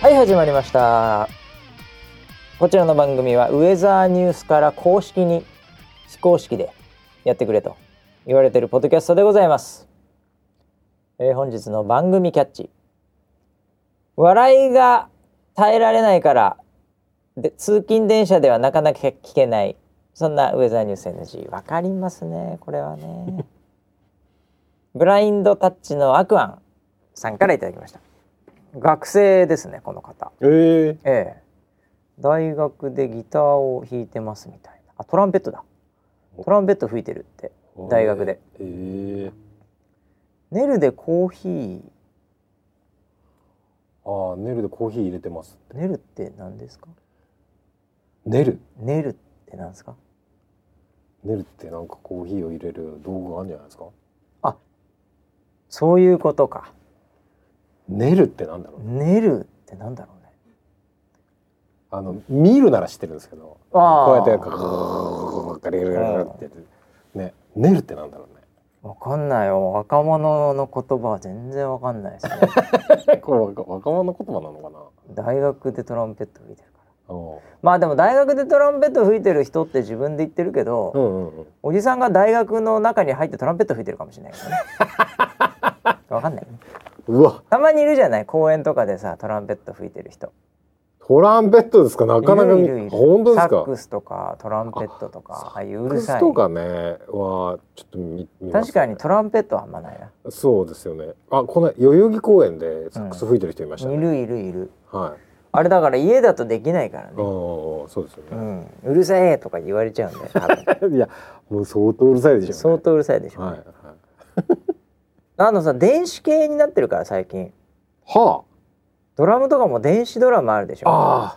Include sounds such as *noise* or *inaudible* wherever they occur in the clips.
はい始まりましたこちらの番組はウェザーニュースから公式に非公式でやってくれと言われているポッドキャストでございます、えー本日の番組キャッチ笑いが耐えられないからで通勤電車ではなかなか聞けないそんなウェザーニュース NG わかりますねこれはねブラインドタッチのアクアンさんからいただきました学生ですねこの方ええええ大学でギターを弾いてますみたいなあトランペットだトランペット吹いてるって大学でええネルでコーヒーああネルでコーヒー入れてますネルって何ですかネルネルって何ですかネルってなんかコーヒーを入れる道具があるんじゃないですかそういうことかネルってなんだろうネルってなんだろうねあの見るなら知ってるんですけどあーこうやってガーガリガリガリってやってねネルってなんだろうわかんないよ若者の言葉は全然わかんないですねねこれ若若者の言葉なのかな大学でトランペット吹いてるからうんまあでも大学でトランペット吹いてる人って自分で言ってるけど、うんうんうんおじさんが大学の中に入ってトランペット吹いてるかもしれないけどねわかんないねうわたまにいるじゃない公園とかでさトランペット吹いてる人トランペットですかなかなかいるいるいる本当ですサッかクスとかトランペットとかああいううクるスさいとかねはちょっと見見ます確かねにトランペットはあんまないな、そうですよねあこの代々木公園でサックス吹いてる人いましたね、いるいるいるはいあれだから家だとできないからあね、あそうですうよん、うるさいとか言われちゃうんだよ多分 *laughs* ね。いやもう相当うるさいでしょうね。相当うるさいでしょ、はいはい。あのさ電子系になってるから最近はドラムとかも電子ドラムあるでしあ。ょあああ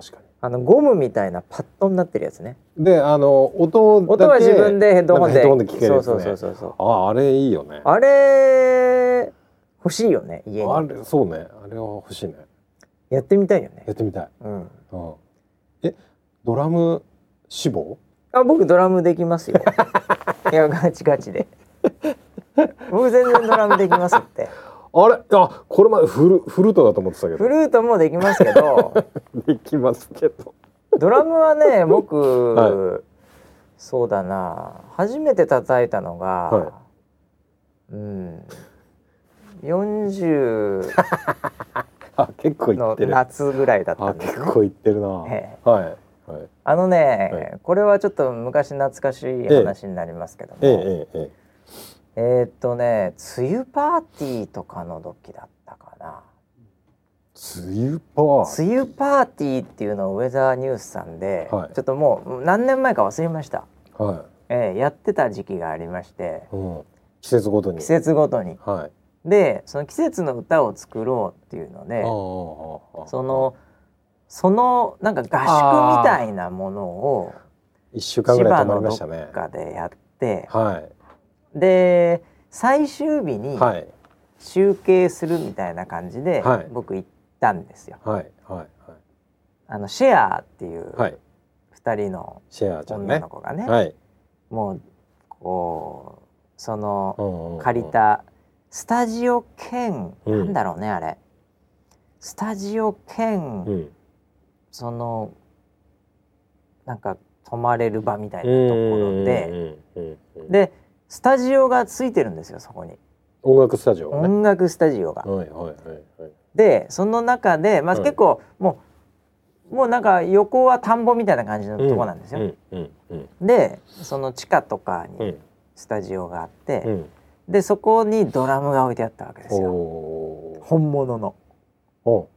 確かのゴムみたいなパッドになってるやつねに。であの音だけ音は自分でヘッドホンでなんかヘッドホンで聞けるやつね。そうそうそうそうあああれいいよね。ああれ欲しいよね家にれそうねあれは欲しいね。やってみたいよねやってみたい。うんうん。えドラム志望？あ僕ドラムできます *laughs* よいやガチガチで僕全然ドラムできます *laughs* ってあれあこれまでフルフルートだと思ってたけフど。ルートもできますけどできますけど。ドラムはね僕、はそうだな初めて叩いたのが、はうん40あ結構いっのてる。夏ぐらいだったあんです結ね構いってるな。えはいはい。あのね、はこれはちょっと昔懐かしい話になりますけども、ええええええ。えーっとね梅雨パーティーとかの時だったかな梅雨パワー。梅雨パーティーっていうのをウェザーニュースさんで、はいちょっともう何年前か忘れました、はえーやってた時期がありましてい。うん。季節ごとに。季節ごとにはい。でその季節の歌を作ろうっていうのでそそのそのなんか合宿みたいなものを一週間千ぐら葉い泊まのりまどしたねっ。かでやって、はで最終日いにはい集計するみたいな感じで、はい僕行ったんですよ。はいはいあのシェアっていうはい2人のシェアちゃん女ねの。子がね、はい。もうこうそうんのうんうん借り。たスタジオ兼、うんなんだろうねあれスタジオ兼、うん。そのなんか泊まれる場みたいなうとんこうんろで、うんうん。でスタジオがついてるんですよそこに音楽スタジオね。音楽スタジオが。はいはいはいはい。でその中で、まあ、はい結構もうもうなんか横は田んぼみたいな感じのとこなんですよ。うんうんうんでその地下とかうにんスタジオがあっうて、ん。でそこにドラムが置いてあったわけですおよ。お本物のー。お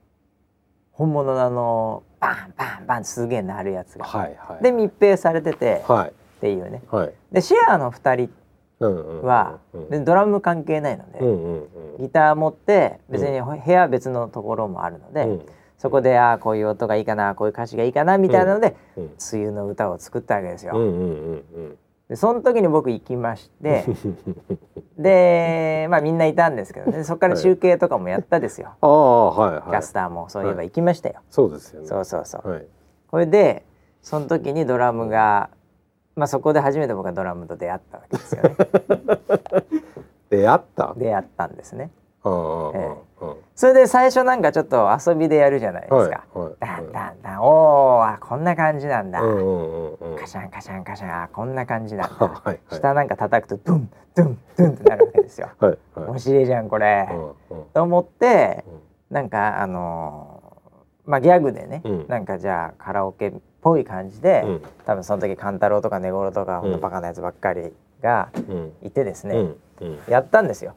本物のあのバンバンバンすげえ鳴るやつが。はいはい。で密閉されててはいっていうね。はい。でシェアの2人うんうん。はうんでドラム関係ないので、うんうんうん。ギター持って別にほ部屋別のところもあるので、うんそこでああこういう音がいいかなこういう歌詞がいいかなみたいなので、うん梅雨の歌を作ったわけですよ。うんうんうんでその時に僕行きま *laughs* してうん。でまあみんないたんですけどねそこから集計とかもやったですよ。ああはいキはャいス。ターもそういえば行きましたよ。そうですよね。そうそうそう。はい。これでその時にドラムがまあそこで初めて僕はドラムと出会ったわけですよね。出会った。出会ったんですね。うんうんうんえうんそれで最初なんかちょっと遊びでやるじゃないですか。はいはいダンダンダンおおあこんな感じなんだ。うんうんうんうんカシャンカシャンカシャンあこんな感じなんだ。はいはい下なんか叩くとドゥンドゥンドゥンってなるわけですよ。はいはい面白いじゃんこれ、うんうんと思ってうんなんかあのーまあギャグでね、うんなんかじゃあカラオケっぽい感じで、うん多分その時勘太郎とか根頃とかんほんとバカなやつばっかりがうんいてですね、うんうんやったんですよ、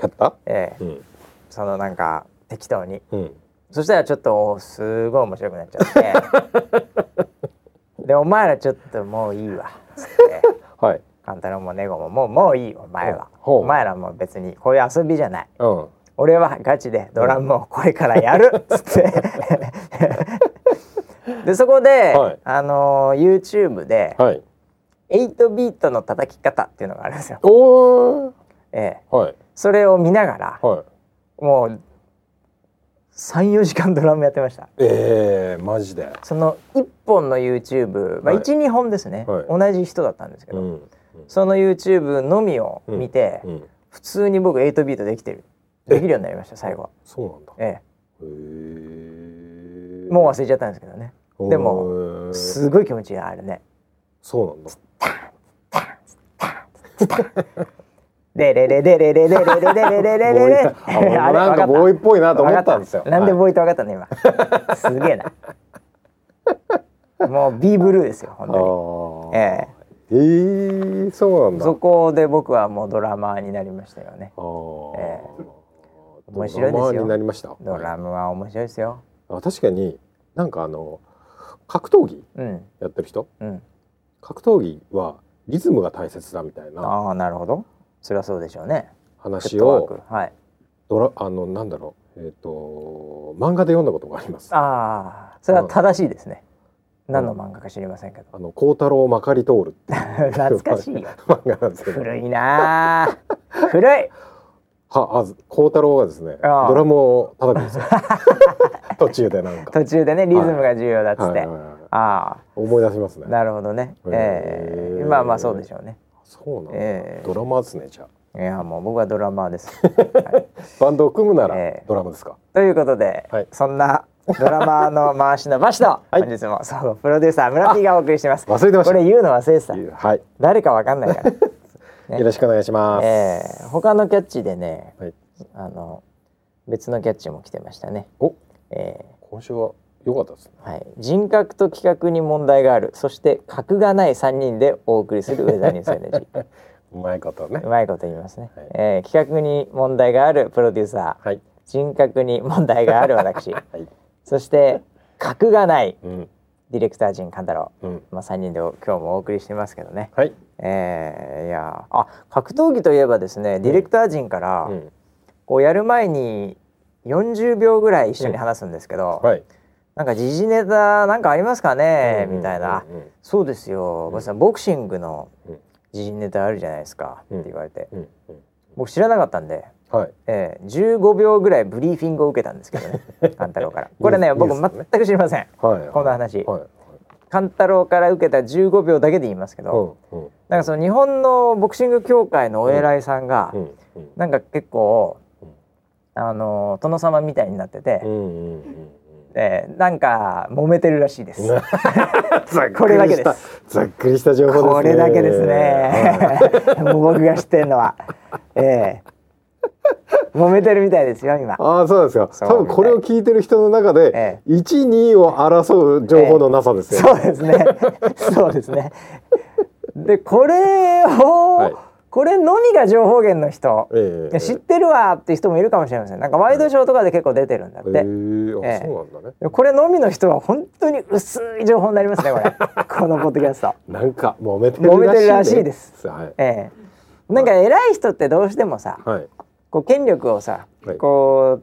やったええうんそのなんか適当にうんそしたらちょっとおすごい面白くなっちゃってでお前らちょっともういいわつってはい勘太郎も根頃ももうもういいお前はほうお前らもう別にこういう遊びじゃないうん俺はガチでドラムをこれからやるっつって、 *laughs* でそこで、はいあのー YouTube ではい8ビートの叩き方っていうのがあるんですよ、おーええ、はいそれを見ながらはいもう34時間ドラムやってましたえーマジでその1本の YouTube、まあ、はい12、本ですね、は同じ人だったんですけうど、んその YouTube のみを見て、うん普通に僕8ビートできてるできるようになりました最後、そうなんだえへーえ、もう忘れちゃったんですけどねでもへーすごい気持ちいいあれねそうなんだでれれでれれでれれでれ *laughs* れれれれボーイあ俺もなんかボーイっぽいなと思ったんですよなんでボーイって分かったの今すげえなもう B ブルーですよ本当あにあええーそうなんえだそこで僕はもうドラマーになりましたよねあーえ面面白白いいですよになりましたドラムは面白いですよあ確かになんかあの格闘技うんやってる人うん格闘技はリズムが大切だみたいなああなるほどそりゃそうでしょうねフ話ットワーをクはいドラあのなんだろうえっ、と漫画で読んだことがあります。あああそれは正しいですね何の漫画か知りませんけど *laughs* の光太郎まかり通るっていう懐か *laughs* しいよ *laughs* 漫画なんですけど、古いなあ古いはあず光太郎がですねああドラムを叩く *laughs* んですよ。途中でなんか。途中でねリズムが重要だっつって、はいはいはいあ思い出しますねあ。なるほどね、へーええまあまあそうでしょうねそうなんだ。ええドラマですねじゃあ。いやもう僕はドラマーです、 *laughs* はいバンドを組むなえらえドラマですか。ということで、はいそんなドラマーの回しの場所と、はい本日もそうプロデューサー村 P がお送りしてます忘れてましこたれ言うの忘れてたはい。誰かわかんない *laughs* から、ねよろしくお願いします。ええ他のキャッチでねはい。あの別のキャッチも来てましたね、お、ええ今週は良かったですね。はい、人格と企画に問題があるそして格がない3人でお送りするウェザーニュースエネジーうまいことねう。まいこと言いますね、はいえー企画に問題があるプロデューサー、はい。人格に問題がある *laughs* 私はい。そして格がないうん。ディレクター陣勘太郎、うん。まあ、3人で今日もお送りしてますけどね、はい。えーいやーあ格闘技といえばですねディレクター陣から、うん。こうやる前に40秒ぐらい一緒に話すんですけど、はい。なんか時事ネタなんかありますかね、みたいな、うんうんそうですよ、ボスさんボクシングのうん時事ネタあるじゃないですか、って言われてうん。うんうん僕知らなかったんで。はい。ええ、15秒ぐらいブリーフィングを受けたんですけ *laughs* どね勘太郎からこれねニュー僕スニュースの全ねく知りませんはい。この話はい。はい勘太郎から受けた15秒だけで言いますけうど、ん。うん。なんかその日本のボクシング協会のお偉いさんが、うん。うん。なんか結構うんあの殿様みたいになってて、うん。 *laughs* うん。うん。ええなんか揉めてるらしいです。なざっくりしたこれだけです。ざっくりした情報ですね。これだけですはね。もう *laughs* 僕が知ってるのは、ええ、揉めてるみたいですよ今い。。ああ、そうなんですそか。う多分これを聞いてる人の中えで、一二を争う情報のなさですよね。そうですね。 *laughs* そうですね。で、これを、はいこれのみが情報源の人、ええ知ってるわって人もいるかもしれません。なんかワイドショーとかで結構出てるんだって。ええええあ、そうなんだね。でこれのみの人は本当に薄い情報になりますねこ *laughs* れこのポッドキャスト。なんか揉めて揉めてるるららししいいでですす。はい。ええなんか偉い人ってどうしてもさはい。こう権力をさ、はいこう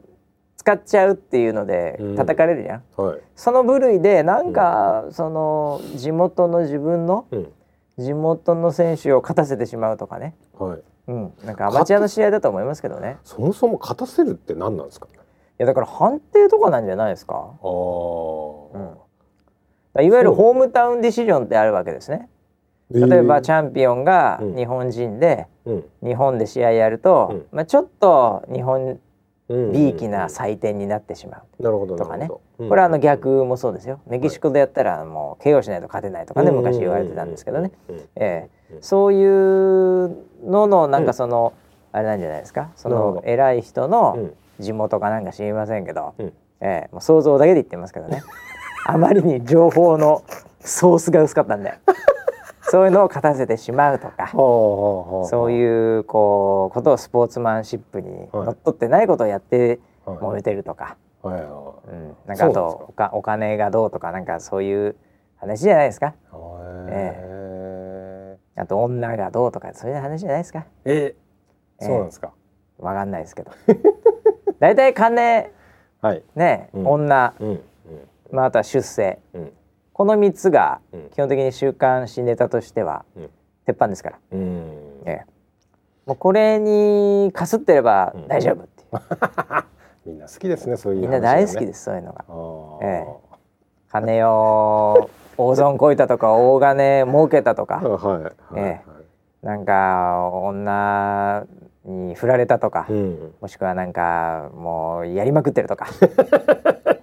使っちゃうっていうのでうん叩かれるじゃん、はい。その部類でなんか、その地元の自分のうん。地元の選手を勝たせてしまうとかね、はい。うん、なんかアマチュアの試合だと思いますけどねそもそも勝たせるって何なんですかね。いやだから判定とかなんじゃないですかああ。だからいわゆるそうホームタウンディシジョンってあるわけですねええ例えばチャンピオンがうん日本人で、うん。日本で試合やると、うんまあ、ちょっと日本うんびいきな祭典になってしまう。なるほどとかねなるほどこれはあの逆もそうですよメキシコでやったらもう KO しないと勝てないとかね昔言われてたんですけどね、うんうんうんええうんそういうののなんかその、あれなんじゃないですかそなるほのど偉い人うのん地元かなんか知りませんけど、うんええもう想像だけで言ってますけどね *laughs* あまりに情報のソースが薄かったんで *laughs* そういうのを勝たせてしまうとかは。あはあはあそういうこうことをスポーツマンシップにはいのっとってないことをやってはい揉めてるとか、はいはいうん、なんかあそうなんですとおかお金がどうとかなんかそういう話じゃないですかはいへあと女がどうとかそういう話じゃないですかえええそうなんですかわかんない *laughs* ですけど大体金はいね、うん女、うんうんまあ、あとは出世うんこの3つがうん基本的に週刊誌ネタとしてはうん鉄板ですから、うんええもうこれにかすってれば大丈夫っていう、みんな好きですねそういうみんな大好きすですそういうのが。あええー金を大損こいたとか大金儲けたとあかはいはいえはなんか女に振られたとかいうんもしくはなんかもうやりまくってると *laughs* かうん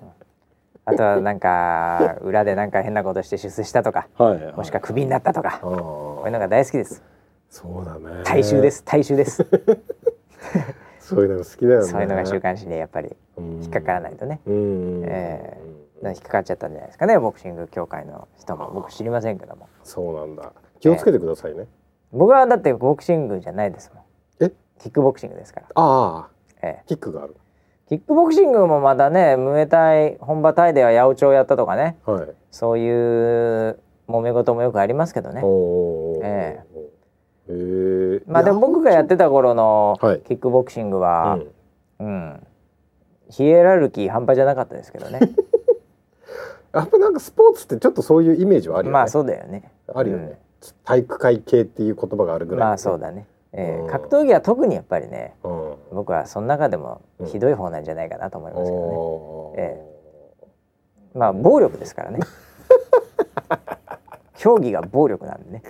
あとはなんか裏でなんか変なことして出世したとかはいはいもしくはクビになったとかあこういうーのが大好きですそうだね大衆です大衆ですそういうのが好きだよねそういうのが週刊誌でやっぱり引引っかからないいとねうんえだから引っかかっちゃったんじゃないですかねボクシング協会の人も僕知りませんけどもそうなんだ気をつけてくださいね僕はだってボクシングじゃないですもんえキックボクシングですからああええ、キックがあるキックボクシングもまだねムエタイ本場タイでは八百長やったとかねはいそういう揉め事もよくありますけどねおおーええーまあでも僕がやってた頃のはいキックボクシングいやは、うんうんヒエラルキー半端じゃなかったですけど *laughs* ねやっぱなんかスポーツってちょっとそういうイメージはあるよねまあそうだよねあるよね体育会系っていう言葉があるぐらいまあそうだね、ええうん格闘技は特にやっぱりねうん僕はその中でもひどい方なんじゃないかなと思いますけどね、おーえまあ暴力ですからね *laughs* 競技が暴力なんでね、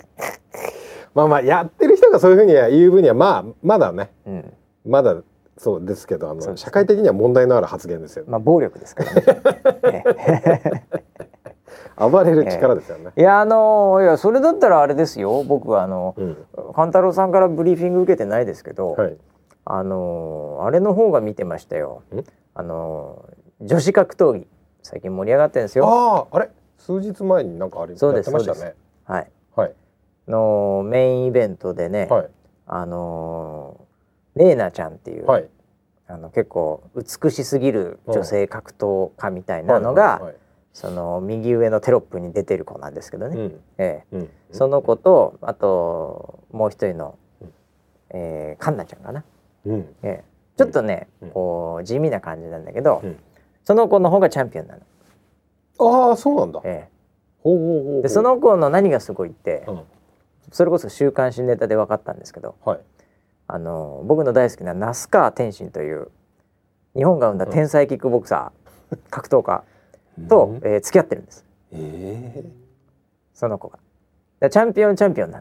まあまあやってる人がそういうふうに言う分にはまあまだねうん、まだそうですけどあそうのですね社会的には問題のある発言です *laughs* よねまあ暴力ですからね。え暴れる力ですよねえいやあのいやそれだったらあれですよ。僕はあのうん勘太郎さんからブリーフィング受けてないですけど、はいあのあれの方が見てましたよん。あの女子格闘技最近盛り上がってるんですよ。あああれ数日前になんかあれやそうでっすてましたねはい。はいのメインイベントでね、はいあのレイナちゃんっていう、はいあの結構美しすぎる女性格闘家みたいなのが、はいその右上のテロップに出てる子なんですけどはいね。うんええうんその子とあともう一人のうん、えー、カンナちゃんかな、うんええちょっとね、うんこう地味な感じなんだけど、うんその子の方がチャンピオンなの、ああそうなんだほうえほうほうほえうでその子の何がすごいって、うんそれこそ週刊誌ネタで分かったんですけどはいあの僕の大好きな那須川天心という日本が生んだ天才キックボクサー、格闘家と、うんえー付き合ってるんですええその子が。でチャンピオンチャンピオンな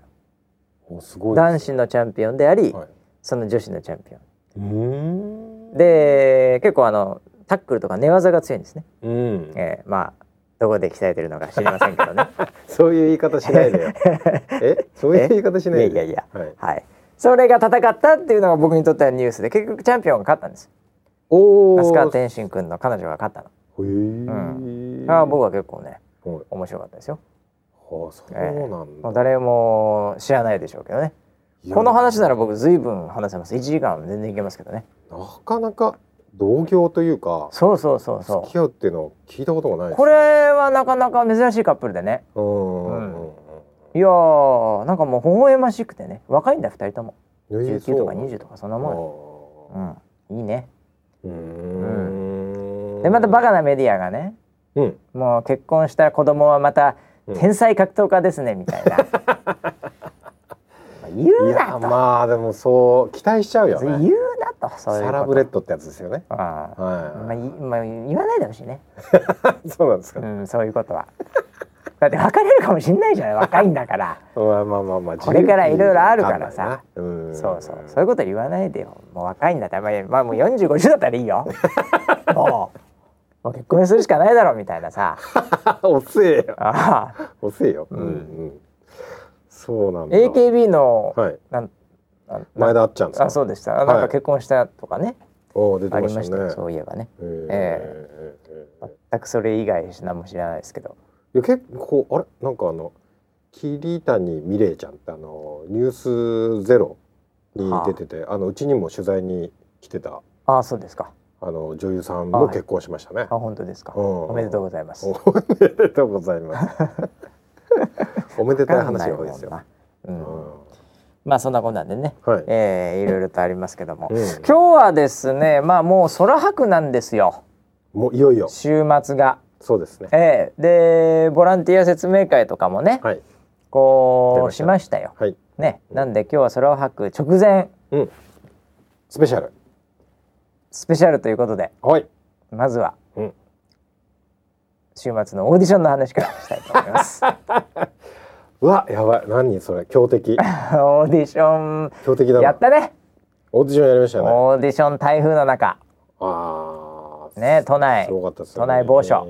のおすごい男子のチャンピオンであり、はいその女子のチャンピオン。うーんで結構あのタックルとか寝技が強いんですね、うんえーまあどこで鍛えてるのか知りませんけ *laughs* どねそういう言い方しない *laughs* でよえそういう言い方しいなやいいやでいやはいはいそれが戦ったっていうのが僕にとってはニュースで結局チャンピオンが勝ったんですお那須川ー天心君の彼女が勝ったの、へんえああ僕は結構ねはい面白かったですよああそうなんもうだ誰も知らないでしょうけどねこの話なら僕随分話せます1時間全然いけますけどねなかなか同業というかそうそうそうそ付きう合うっていうのを聞いたことがないですこれはなかなか珍しいカップルでねうんうんうんいやーなんかもう微笑ましくてね若いんだ2人ともうんええ19とか20とかそんなそうもんよなうん、いいね。んだうーんでまたバカなメディアがねうんもう結婚した子供はまたうん天才格闘家ですねみた *laughs* いな、まあ言いうなやと、まあでもそう期待しちゃうよ言うねなとそういうことサラブレッドってやつですよねうんまあ、はいいまあ、言わないでほしいね、 *laughs* そうなんですかうん、そういうことはだって別れるかもしんないじゃない若いんだから。まあまあまあまあこれからいろいろあるからさ自由にうんそうそうそういうこと言わないでよもう若いんだったらまあもう4050だったらいい *laughs* よもうもう結婚するしかないだろうみたいなさ *laughs* 遅えよああ遅えようんんうんそうなんだ AKB の、はいなんなん前田あっちゃんですかあそうでしたいなんか結婚したとかね、おー出あてまりしましたたよねそういえばねえーええー全くそれ以外何も知らないですけどいや結構あれなんかあの桐谷美玲ちゃんってあのニュースゼロに出てて、あ、のうちにも取材に来てたああそうですかあの女優さんはいも結婚しましたね。あ本当ですか、うんおめでとうございますおめでとうござ *laughs* います。おめでたい話が多いですよ。わかんないもんなうんうまあそんなこんなんでね、んはい。えー、いろいろとありますけども、うん今日はですねまあもう空白なんですよもういよいよ週末が。そうですね。ええでボランティア説明会とかもね、はいこ出うましたしましたよ。はい。ね、なんで今日は空を吐く直前うん。スペシャル。スペシャルということではい。まずはうん。週末のオーディションの話からしたいと思い *laughs* ます。うわやばい何それ *laughs* 強敵オーディション強敵だやなったねオーディションやりましたね。オーディション台風の中ああ。ね都内すごかったです、ね。都内某所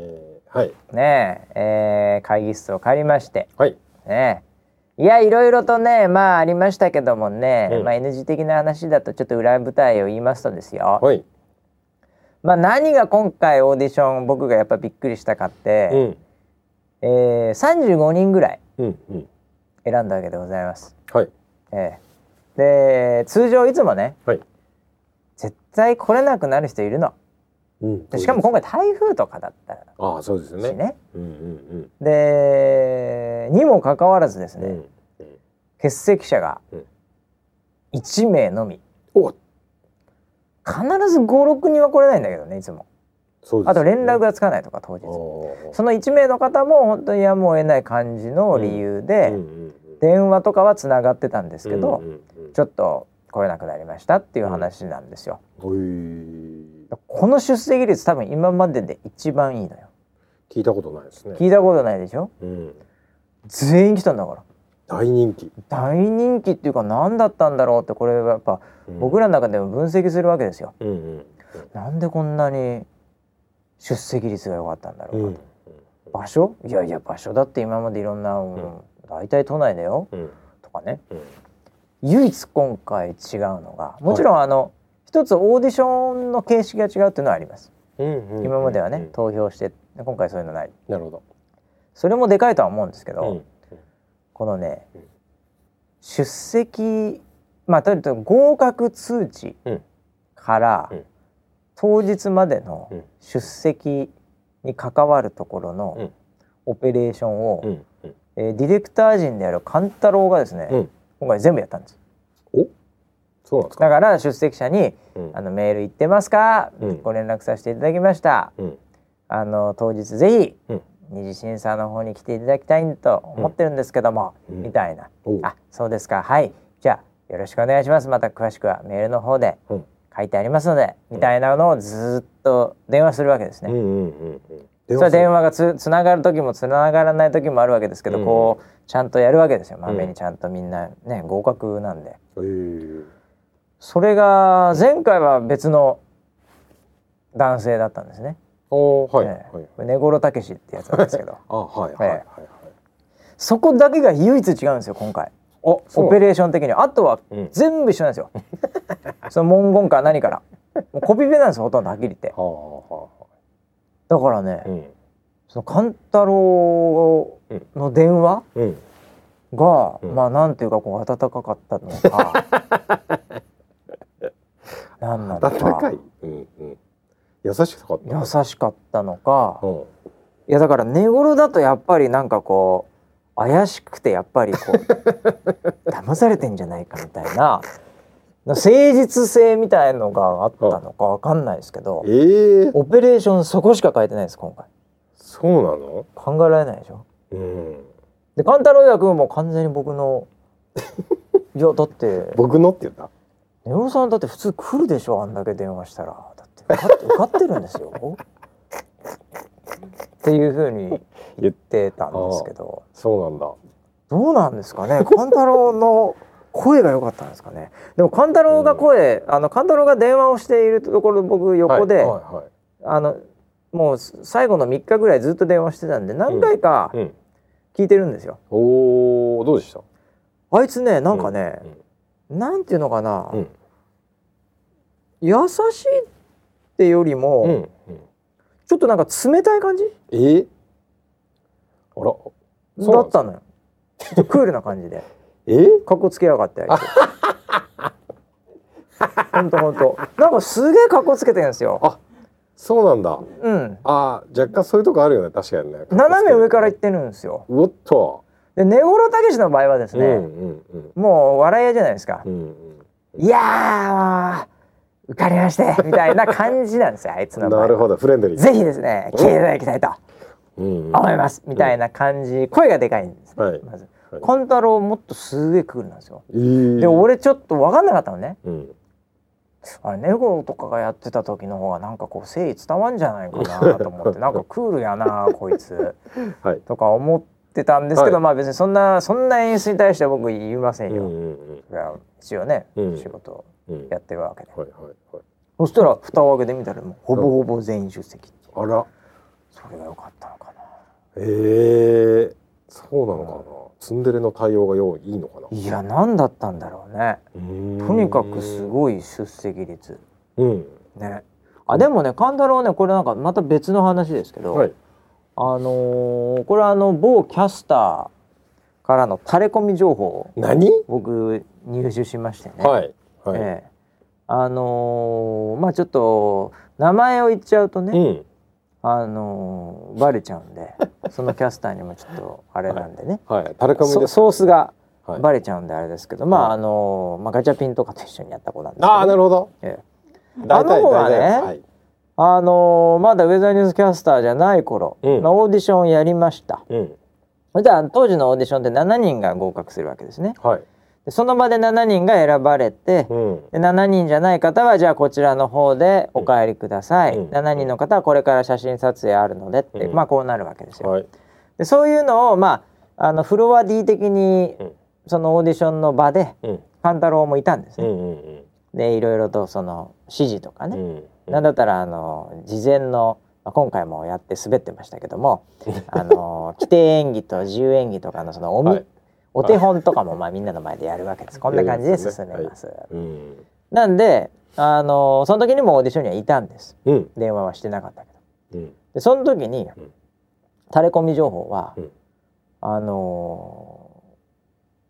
はい。ねええー会議室を借りましてはい。ねいやいろいろとねまあありましたけどもね、うんまあ NG 的な話だとちょっと裏舞台を言いますとですよ、はい。まあ、何が今回オーディション僕がやっぱびっくりしたかって、ん。えー、35人ぐらいうん。うん。選んだわけでございます。はい。えーで通常いつもねはい。絶対来れなくなる人いるの。うんでしかも。今回台風とかだったああ、そうですしね。ね。。うん。うん。でにもかかわらずですうん。うね、ん。欠席者がうん1名のみお。必ず56人は来れないんだけどねいつも。そうです、ね。あと連絡。がつかないとか当日。おその1名の方も本当にやむを得ない感じの理由で。うん。うん。で電話とかはつながってたんですけど、うんうんちょっと来れなくなりましたっていう話なんですよ、うん。おい。この出席率多分今までで一番いいのよ聞いたことないですね。聞いたことないでしょうん。全員来たんだから大人気。大人気っていうか何だったんだろうってこれはやっぱ僕らら。の中でも分析するわけですようん。うん。なんでこんなに出席率が良かったんだろううか、ん。場所いやいや場所だって今までいろんな、うん、大体都内だようん。とかねうん。唯一今回違うのがもちろんあの、一つオーディションの形式が違うっていうのはあります、うん。うん。今まではね、うん投票して今回そういうのないなるほど。それもでかいとは思うんですけど、うん。このね、うん出席まあとにかく合格通知うんから、うん当日までのうん出席に関わるところうのんオペレーションを、うん。うん。えーディレクター陣である勘太郎がですね、うん今回全部やったんですお。そうなんですか。だから出席者にうんあ。のメール行ってますか、うんご連絡させていただきましたうん。あの当日ぜひ、うん二次審査の方に来ていただきたいと思ってるんですけども、うんみたいな、おう。あそうですかはいじゃあよろしくお願いしますまた詳しくはメールの方でうん。書いてありますので、みたいなのをずっと電話するわけですうね。ん。うん。うん。うん。それは電話がつつながる時もつながらない時もあるわけですけど、うんこうちゃんとやるわけですよまめにちゃんとみんなね合格なんで。えーそれが前回は別の男性だったんですね。おーはい、ええはいこれ根頃武史ってやつなんですけど *laughs* あはいはいはいはい、そこだけが唯一違うんですよ今 *laughs* 回あそうオペレーション的にはあとはうん全部一緒なんです *laughs* よ、その文言から何からもうコピペなんですよほとんどはっきり言ってはあはだからね、あうんその勘太郎の電話うんが、うんまあなんていうかこう温かかったのか *laughs* 何なのか暖かいうんうん優しかった優しかったのか、うんいやだから寝頃だとやっぱりなんかこう怪しくてやっぱりこう *laughs* 騙されてんじゃないかみたいな誠実性みたいのがあったのかわかんないですけどえー、オペレーションそこしか書いてないです今回そうなの考えられないでしょうんで勘太郎役も完全に僕のいやだって僕のって言った寝頃さんだって普通来るでしょあんだけ電話したらだって受かって受かってるんですよっていうふうに言ってたんですけどそうなんだどうなんですかね勘太郎の声が良かったんですかねでも勘太郎が声、あの勘太郎が電話をしているところ僕横で、はいはいはいあのもう最後の3日ぐらいずっと電話してたんで何回かうん、聞いてるんですよ。おーどうでしたあいつねなんかね、なんていうのかな、うん優しいってよりも、うん、うん、ちょっとなんか冷たい感じえー、あらだそうなんっですたのよ。ちょっとクールな感じで。えー、かっこつけ *laughs* やがってあいつ。ほんとほんと。なんかすげえかっこつけてるんですよ。あそうなんだうん。あー若干そういうとこあるよね確かにね斜め上からう行ってるんですよ。おっと、で根室武の場合はですうね、んうんうんもう笑い屋じゃないですか。うんいやー受かりましてみたいな感じなんですよあいつうのん場なる合。ほどフレンドリーぜひですね来ていただきたいとうんうん、思いますみたいな感じ声がでかいんですね。はいまずはいコンタロウもっとすげえクールなんですよ。えーで俺ちょっと分かんなかったのね。うんあれネゴとかがやってた時の方がなんかこう誠意伝わんじゃないかなと *laughs* 思ってなんかクールやなこいつ *laughs* はいとか思ってたんですけど、はいまあ別にそんなそんな演出に対しては僕言いませんうんうよ。んうんそれは一応ね、うん仕事をうんやってるわけで。はいはいはいそしたら蓋を開けてみたらもうほぼほぼ全員出席、あらそれが良かったのかな。えー、そうなのかな、ツンデレの対応がよういいのかないや何だったんだろうね。ととにかくすごい出席率うんね。あでもね勘太郎ねこれなんかまた別の話ですけど。はいあのーこれはあの某キャスターからのタレコミ情報を何僕入手しましてね、はいはい、ええあのーまあちょっと名前を言っちゃうとね、うんあのーバレちゃうん *laughs* でそのキャスターにもちょっとあれなんでね、はいタレコミそですソースがはいバレちゃうんであれですけど、まあはいあのーまあ、ガチャピンとかと一緒にやった子なんですけど、ああなるほどええ大体あの子がね大体はいあのーまだウェザーニュースキャスターじゃない頃うんのオーディションをやりました。うんそれでは当時のオーディションって7人が合格するわけですね。はいでその場で7人が選ばれて、うんで7人じゃない方はじゃあこちらの方でお帰りください、うん7人の方はこれから写真撮影あるのでって、うんまあこうなるわけですよ。はいでそういうのをまああのフロア D 的にうんそのオーディションの場でうん勘太郎もいたんですうね。んうんでいろいろとその指示とかうね、んなんだったらあの事前のまあ今回もやって滑ってましたけどもあ *laughs* の規定演技と自由演技とかのそのおみ、はいお手本とかもまあみんなの前でやるわけです。こんな感じで進めやりま。ますうんなんで、あのその時にもオーディションにはいたんです。うん電話はしてなかったけど。うんで、その時にうん、タレコミ情報は、うんあの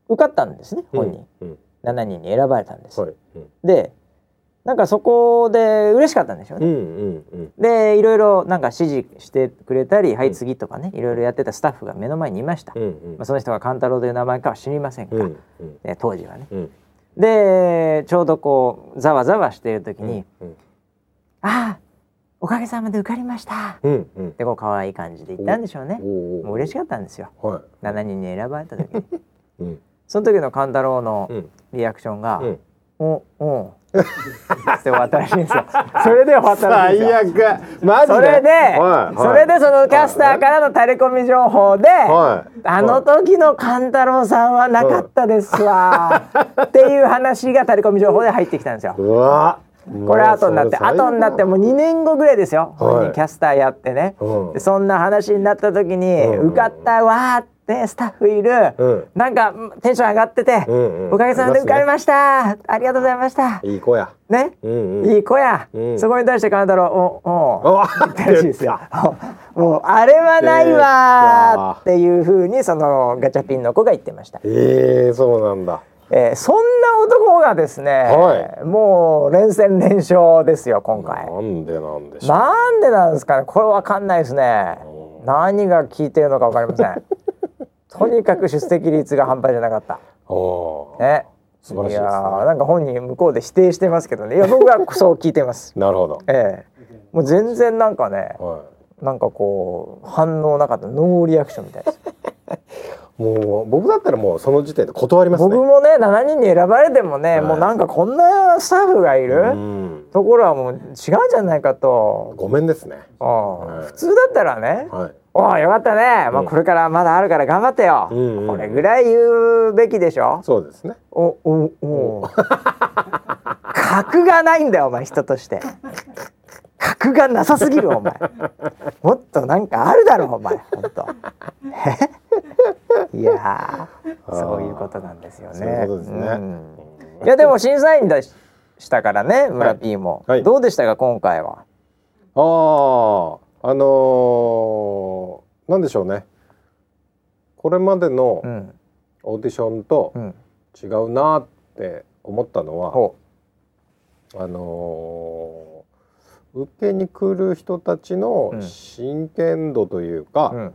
受かったんですね、本人。うん7人に選ばれたんです。はいうんで、なんかそこで嬉しかったんでしょううね。んうんうんで、いろいろなんか指示してくれたり、はうい、ん次とかね、いろいろやってたスタッフが目の前にいました。うんうんまあ、その人が勘太郎という名前かは知りませんが、うんうんえ当時はね。うんでちょうどこうざわざわしている時にうん「ああおかげさまで受かりました」っうんうんてこう可愛い感じで言ったんでしょうね。おもう嬉しいかったんですよは7人に選ばれた時にいうんその時の勘太郎のうんリアクションがうん「おおう」って終わったらしいんですよ。 *laughs* それで終わったらしいんです最よ。悪マジでそれで、はいはいそれでそのキャスターからのタレコミ情報で、はいあの時の勘太郎さんはなかったですわ、 *laughs* っていう話がタレコミ情報で入ってきたんですよ。うわこれ後になって後になってもう2年後ぐらいですよ、はい本人キャスターやってね、うんでそんな話になった時に、うん受かったわーってスタッフいる、うんなんかうんテンション上がってて、うんうんおかげさまで受かりましたありがとうございましたいい子やね、うんうんいい子や、うんそこに対して勘太郎おおおってらしいですよ *laughs* もうあれはないわーっていうふうにそのガチャピンの子が言ってましたええそうなんだえーそんな男がですね、はもう連戦連勝ですよ今回なんでなんでしょなんでなんですかねこれわかんないですねう何が効いてるのかわかりませ *laughs* んとにかく出席率が半端じゃなかったうおーね素晴らしいですやねーなんか本人向こうで否定してますけど *laughs* ねいや僕はそう聞いてますなるほど *laughs* ええもう全然なんかねはなんかこう反応なかったノーリアクションみたいですいもう僕だったらもうその時点で断ります僕ねもね7人に選ばれてもね、はいもうなんかこんなスタッフがいる、うんところはもう違うんじゃないかと、ごめんですねうんはい普通だったらねはいおーよかったね、まあうんこれからまだあるから頑張ってよ、うんうんこれぐらい言うべきでしょそうですね。おおお格がないんだよお前人として格がなさすぎるお前もっとなんかあるだろお前本当いやーあーそういうことなんですよねそういうことですね。うんいやでも審査員でしたからね村 P も、はいどうでしたか今回はああ、あのー、なんでしょうね。これまでのうんオーディションとうん違うなーって思ったのは、ほあのー受けに来る人たちのうん真剣度というう、うか、ん、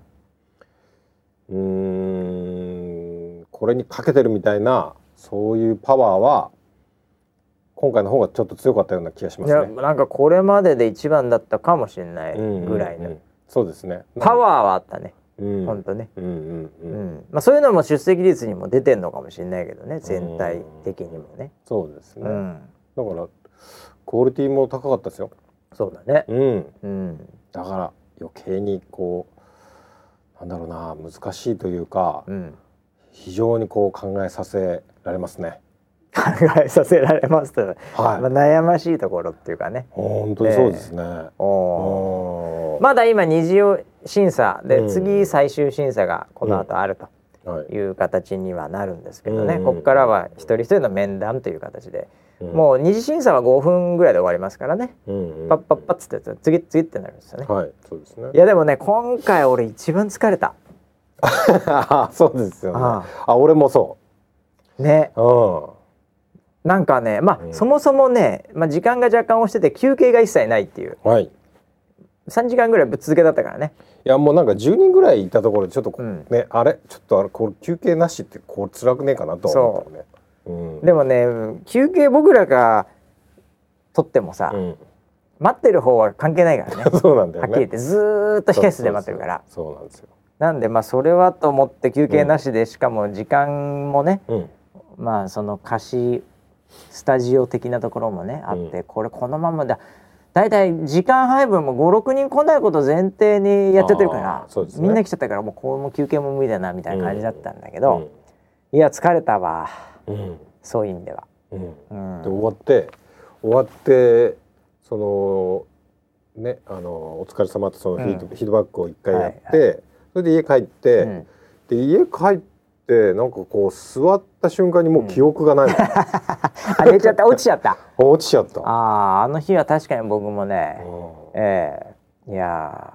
うーん、これにかけてるみたいなそういうパワーは今回の方がちょっと強かったような気がしまいすやね。なんかこれまでで一番だったかもしれないうんうんうんぐらいの、そうですね。パワーはあったねー、うん、ほんとね、うんうんううんんまあ、そういうのも出席率にも出てんのかもしれないけどね全体的にもね、そうですうね。ん、だからクオリティも高かったですよ。そうだね、うん。うんだから余計にこうなんだろうな難しいというか、うん、非常にこう考えさせられますね。考えさせられますと、はい。まあ、悩ましいところっていうかね本当にそうですおね。ーおーまだ今二次審査で、うん次最終審査がこの後あるとはい。いう形にはなるんですけどね、うんここからは一人一人の面談という形で、うもう二次審査は5分ぐらいで終わりますからね、んうんパッパッパッつってやつ次次ってなるんですよね、はい、そうですねい。やでもね今回俺一番疲れた *laughs* そうですよね。ああ俺もそねう。うなんかねまあ、うん。そもそもね、まあ、時間が若干押してて休憩が一切ないっていうんはい。い3時間ぐらいぶっ続けだったからねやもうなんか10人ぐらいいたところでちょっとこうんねあれちょっとあれこれ休憩なしってこう辛くねえかなと思ったよね。うん。でもね休憩僕らが取ってもさ、う待ってる方は関係ないからねん。 *laughs* そうなんだよはっね。きり言ってずーっと控室で待ってるからそうなんですよ。なんでまあそれはと思って休憩なしで、しかも時間もねうん。まあその貸しスタジオ的なところもねあって、うこれこのままだだいたい時間配分も56人来ないことを前提にやっちゃってるかあらー、そうですねみんな来ちゃったからもうこうも休憩も無理だなみたいな感じだったんだけど、うんいや疲れたわうん。そういう意味では。うん。うんで終わって終わってそのねあのお疲れ様ってそのフィード,、フィードバックを一回やって、それで家帰って、うんで家帰ってなんかこう座った瞬間にもう記憶がない、あ寝ちゃ *laughs* った落ちちゃった。落ちちゃった。 *laughs* あああの日は確かに僕もね、うええいや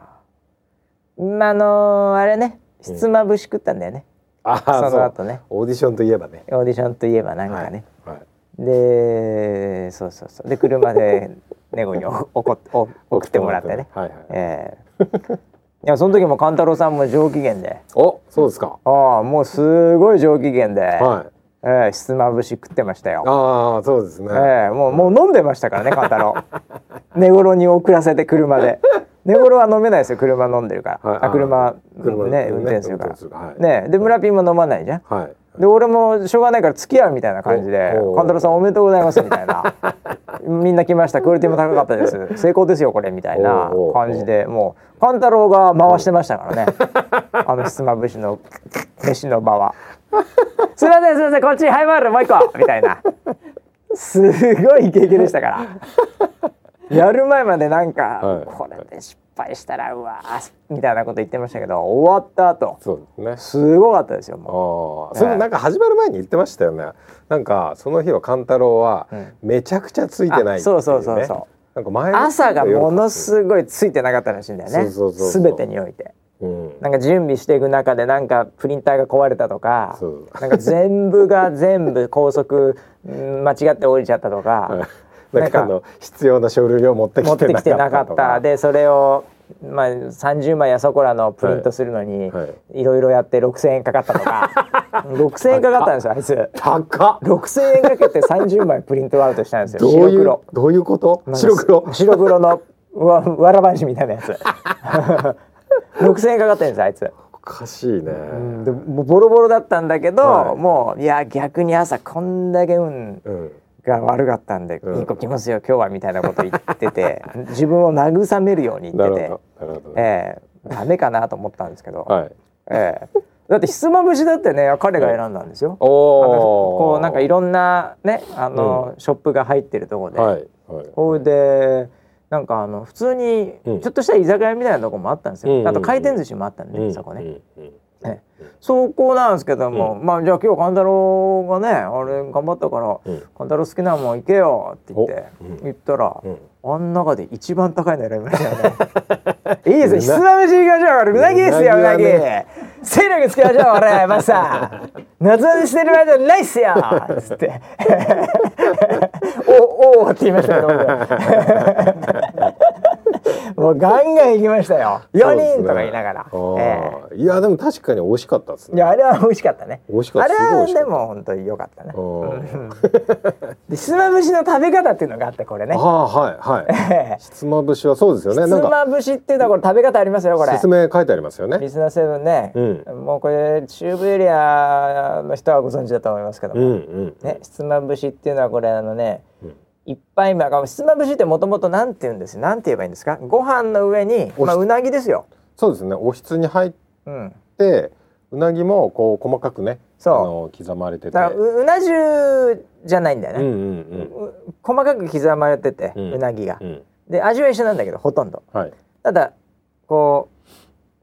ーまああのーあれねひつまぶし食ったんだよね、んあーそのそう後ねオーディションといえばね。オーディションといえばなんかね、はいはいでそうそうそうで車で猫に *laughs* おおこお送ってもらってね、はいはい。ええ *laughs* いやその時も勘太郎さんも上機嫌でおそうですか。ああもうすごい上機嫌で、はい。ええひつまぶし食ってましたよ。ああそうですね。ええもうもう飲んでましたからね勘太 *laughs* 郎寝頃に送らせて車で *laughs* 寝頃は飲めないですよ車飲んでるから、はいあ車車ねね運転するから運転するはいねで村ピンも飲まないじゃん、はい。で俺もしょうがないから付き合うみたいな感じで「お勘太郎さんおめでとうございます」みたい *laughs* な「みんな来ましたクオリティも高かったです成功ですよこれ」みたいなおうおう感じでもう勘太郎が回してましたからねあのひつまぶしの飯の場は「すいませんすいませんこっちハイボールもう一個」みたいなすごいイケイケでしたから。やる前までなんか、はいこれで失敗したらうわーみたいなこと言ってましたけど終わった後そうですね。すごかったですよもうああ、それでなんか始まる前に言ってましたよね。なんかその日は勘太郎はめちゃくちゃついてないっていね、。あそうそうそうそうなんか前の日朝がものすごいついてなかったらしいんだよねそうそうそうそう全てにおいてうん。なんか準備していく中でなんかプリンターが壊れたとかそうなんか全部が全部高速うん間違って降りちゃったと *laughs* か *laughs* ななんんかかあの必要な書類を持って持きっててなきかってたなかとったでそれをまあ30枚やそこらのプリントするのにはいはいいろいろやって6,000円かかったと *laughs* か6,000円かかったんですよあいつ。高っ。 6,000円かけて30枚プリントアウトしたんですよどう白いう黒。どういうこと？なんか白黒。白黒のわわらばんしみたいなやつ *laughs* 6,000円かかってるんですあいつ、おかしいね。うんでもうボロボロだったんだけど、はいもういや逆に朝こんだけ運うん。が悪かったんで「うんいい子来 *laughs* ますよ今日は」みたいなこと言ってて自分を慰めるように言なっるててほど。なるほど。ええダメかなと思ったんですけど、はい。ええだってひつまぶしだってね彼が選んだんですよ。おあのお。こうなんかいろんなねあの、ショップが入ってるところで、はいはい。ほいでなんかあの普通にうんちょっとした居酒屋みたいなとこもあったんですよ、うんうんうんあと回転寿司もあったんで、ねそこね、うんうんえそこなんですけども、まあじゃあ今日勘太郎がねあれ頑張ったからうん勘太郎好きなもん行けよって言っておうん言ったら、うんあん中で一番高いの選びましたよね *laughs* いいですねひつまぶし行きましょうこれうなぎですよううななぎぎはね勢力つけましょう俺マスタ *laughs* ー夏バテしてる場合じゃないっすよつって *laughs* おおーって言いましたけど *laughs* 僕もうガンガン行きましたよ4人とか言いながら、そうえですねえあーいやでも確かに美味しかったですいね。やあれは美味しかったね。美味しかったあれすごい美は味しかでったも本当に良かったねあ。ーでひつまぶしの食べ方っていうのがあってこれねあー。 *laughs* はいはい。ひつまぶしはそうですよね。ひつなんかまぶしっていうのはこれ食べ方ありますよこれ。説明書いてありますよねリ。スナーセブンね、うもうこれ中部エリアの人はご存知だと思いますけどうも、んうん。ねひつまぶしっていうのはこれあのね、んいっぱいまあひつまぶしってもともとなんて言うんですなんて言えばいいんですかご飯の上におひまあうなぎですよ、そうですね。おひつに入っうん、てうなぎもこう細かくね、そうあの刻まれてて。だからううな重じゃないんだようんね、うんうんう細かく刻まれてて、ううんなぎがう、ん。で味は一緒なんだけどほとんどはい。ただこ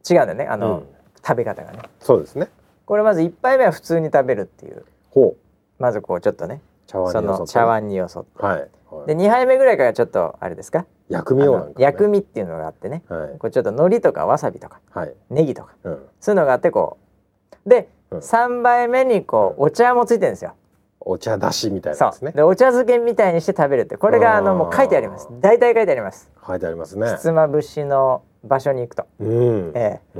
う違うんだよねあの、うん食べ方がねそうですね。これまず1杯目は普通に食べるっていうほう。まずこうちょっとね茶碗そによそのって茶碗によそってはい。はいで2杯目ぐらいからちょっとあれですか薬味をなんあかのね。薬味っていうのがあってねはいこうちょっと海苔とかわさびとかはい。ネギとかうん。そういうのがあってこうで、うん3杯目にこうお茶もついてるんですよ。お茶だしみたいなそですうね。でお茶漬けみたいにして食べるってこれがあのもう書いてありますあー大体書いてあります。書いてありますねひ。つまぶしの場所に行くと、うん。ええう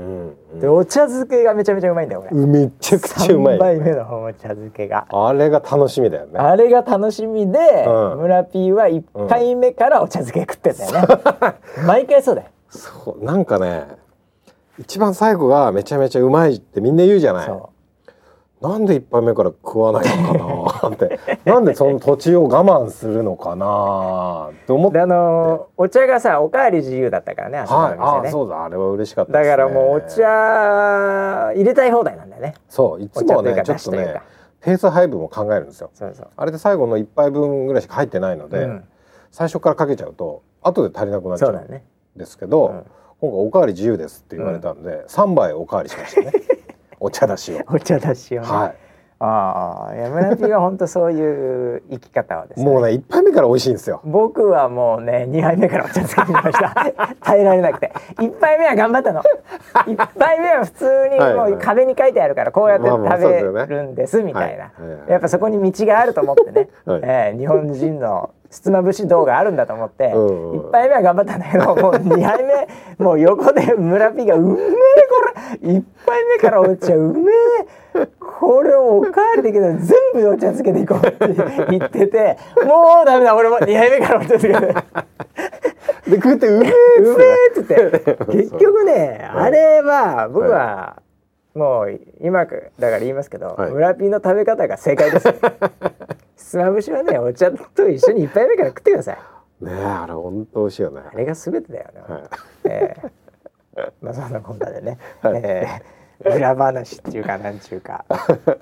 んでお茶漬けがめちゃめちゃうまいんだよこれうん。めちゃくちゃうま3杯い。目のお茶漬けがあれが楽しみだよね。あれが楽しみで、うん村ピーは1杯目からお茶漬け食ってたよね、毎回そうだよそうなんかね一番最後がめちゃめちゃうまいってみんな言うじゃないそなんで一杯目から食わないのかなって *laughs* なんでその土地を我慢するのかなって思っうでてあのーお茶がさおかわり自由だったからねあそこのはいあ店ね、そうだあれは嬉しかったです、だね、からもうお茶入れたい放題なんだよねそういつお茶もというねかちょ出っ汁とというねかペース配分を考えるんですよそうそうあれで最後の一杯分ぐらいしか入ってないので、うん最初からかけちゃうと後で足りなくなっちゃそううだよねですけど、うん今回おかわり自由ですって言われたんで、三杯おかわりしま *laughs* したねお茶だしをお茶だしをね、はああいや村ピーは本当そういう生き方をですいねもうね一杯目から美味しいんですよ僕はもうね2杯目からお茶漬けにしました *laughs* 耐えられなくて1杯目は頑張ったの1杯目は普通にはいはもいう壁に書いてあるからこうやってまあまあそうですよね食べるんですみたいなはいはいはいやっぱそこに道があると思ってね、はいえー日本人のひつまぶし道があるんだと思ってうんうんうん1杯目は頑張ったんだけどもう2杯目 *laughs* もう横で村ピが「うめえこれ1杯目からお茶うめえこれをおかわりできない全部お茶漬けでいこう」って言ってて「もうダメだ俺も2杯目からお茶漬けで」で食ってうめえっうつっめえって言って結局ねあれは僕はもう今だから言いますけど、はい村ピーの食べ方が正解です *laughs* ひつまぶしはねお茶と一緒に一杯目から食ってくださいてねえあれ本当美味しいよねあれが全てだよね、はいええ *laughs* まあそんなこんなでね、はいええ裏話っていうかなんちゅうか、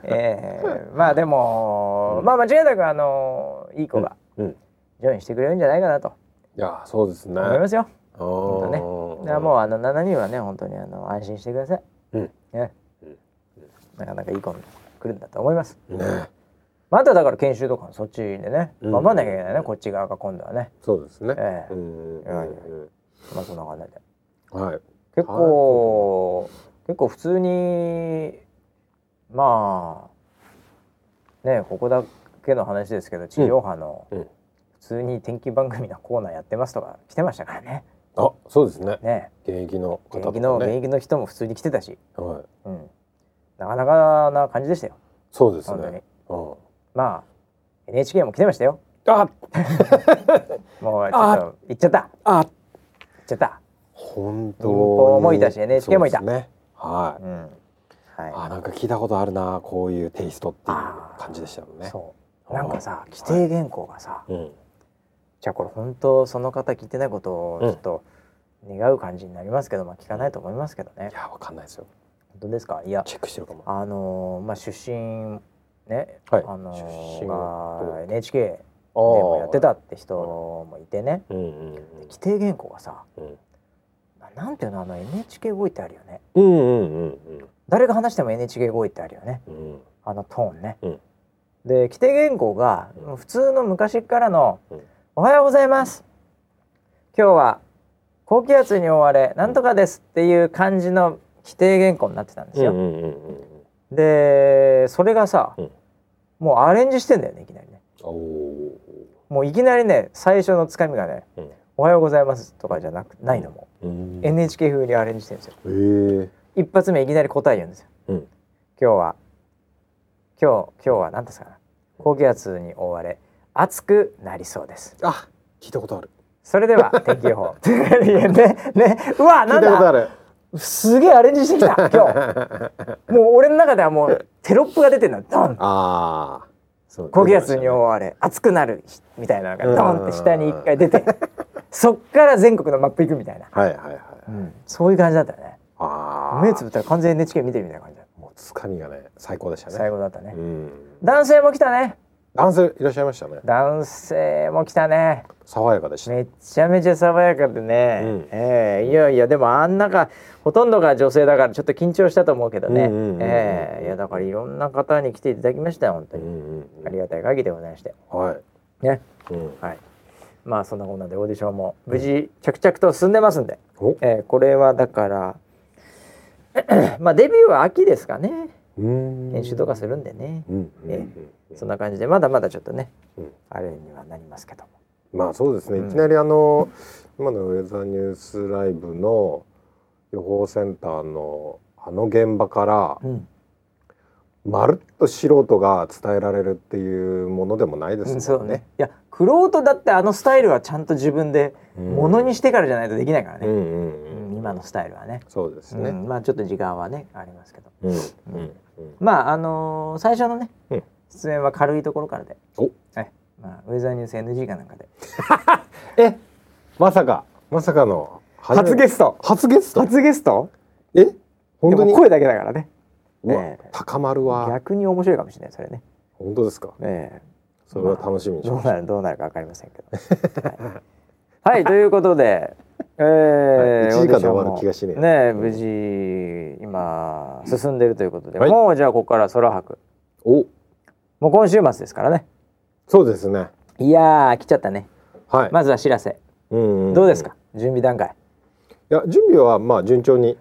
ええまあでも、まあ間違いなくあのいい子がうんジョインしてくれるんじゃないかなといやそうですね思いますよ、あ本当ね。だからーもうあの7人はね本当にあの安心してください。うんねなかなかいい子が来るんだと思います。ねまただから研修とかそっちでねうん頑張んなきゃいけないね、こっち側が今度はね。そうですね、ええうんうんうんまあそんな感じでうんはい結構結構普通にまあねここだけの話ですけど地上波のうんうん普通に天気番組のコーナーやってますとか来てましたからね。あそうですねね現役の方現とか役ねの現役の人も普通に来てたし、はいうん、なかなかな感じでしたよ。そうです本当にね、うんまあ NHK も来てましたよ。あもうちょっと行っちゃったあ行っちゃった。本当民放もいたし NHK もいたそうですねはい、うん。はあなんか聞いたことあるなこういうテイストっていう感じでしたもんい。ね。そう。あーなんかさ規定原稿がさ、うん、じゃあこれ本当その方聞いてないことをちょっと、願う感じになりますけど、まあ、聞かないと思いますけどねい。やわかんないですよ本当ですかいやチェックしてるかもあのーまあ出身ね、はいあの出身はどーうが NHK であもやってたって人はもいいてねうんうんうん規定原稿がさうんななんていうのあの NHK 語彙ってあるよねうんうんうんうん誰が話しても NHK 語彙ってあるよねうんあのトーンね。うんで規定原稿がうん普通の昔っからのうん「おはようございます」「今日は高気圧に覆われなんとかです」っていう感じの規定原稿になってたんですよ。うんうんうんうんでそれがさ、うんもうアレンジしてんだよねいきなりねおおもういきなりね最初のつかみがねう「おはようございます」とかじゃなくないのも、ん NHK 風にアレンジしてるんですよえー一発目いきなり答え言うんですようん今日は今日今日は何ですかな高気圧に覆われ暑くなりそうですあ聞いたことあるそれで *laughs* は天気予報いやねねうわ聞ないんたことだあるすげえアレンジしてきた今 *laughs* 日もう俺の中ではもうテロップが出てるのドンああそう高気圧に覆われ暑くなる日みたいなのがドンって下に一回出てそっから全国のマップ行くみたいな、はいはいはいそういう感じだったよねああ目つぶったら完全に NHK 見てるみたいな感じだっもうつかみがね最高でしたたね最後だったね、うん男性も来たね男性いらっしゃいましたね男性も来たね爽やかでしためちゃめちゃ爽やかでね、うんええいやいやでもあん中ほとんどが女性だからちょっと緊張したと思うけどね、うんうんうんうんええいやだからいろんな方に来ていただきましたよ本当うんに、うんうんありがたい限りでございましてはいねうんはい。まあそんなこんなでオーディションも無事着々と進んでますんで、おえーこれはだから *clears throat* まあデビューは秋ですかねうん編集とかするんでね、うんうんうんそんな感じでまだまだちょっとね、うんあれにはなりますけどもまあそうですね、うんいきなりあの今のウェザーニュースライブの予報センターのあの現場からうん、まるっと素人が伝えられるっていうものでもないですもんね。そうねいやクロートだってあのスタイルはちゃんと自分でうんものにしてからじゃないとできないからうね、んうんううんん、今のスタイルはねそうですうね。ん、まあちょっと時間はねありますけどうんうんううんんまああのー最初のね、うん出演は軽いところからで、おはいまあ、ウェザーニュース NG かなんかでえまさかまさかの初ゲスト初ゲスト初ゲストえ本で当にも声だけだからねうわええ高まるわ逆に面白いかもしれないそれね、本当ですかえそれは楽しみえにしどうまなるどうなるかわかりませんけどはい、はいということでえー、はい一時間で終わるオーディションも気がねしね無事今進んでるということで、はいもうじゃあここから空白おもう今週末ですからねそうですねいやー来ちゃったねはい、まずは知らせうんんんどうですか、準備段階いや準備はまあ順調に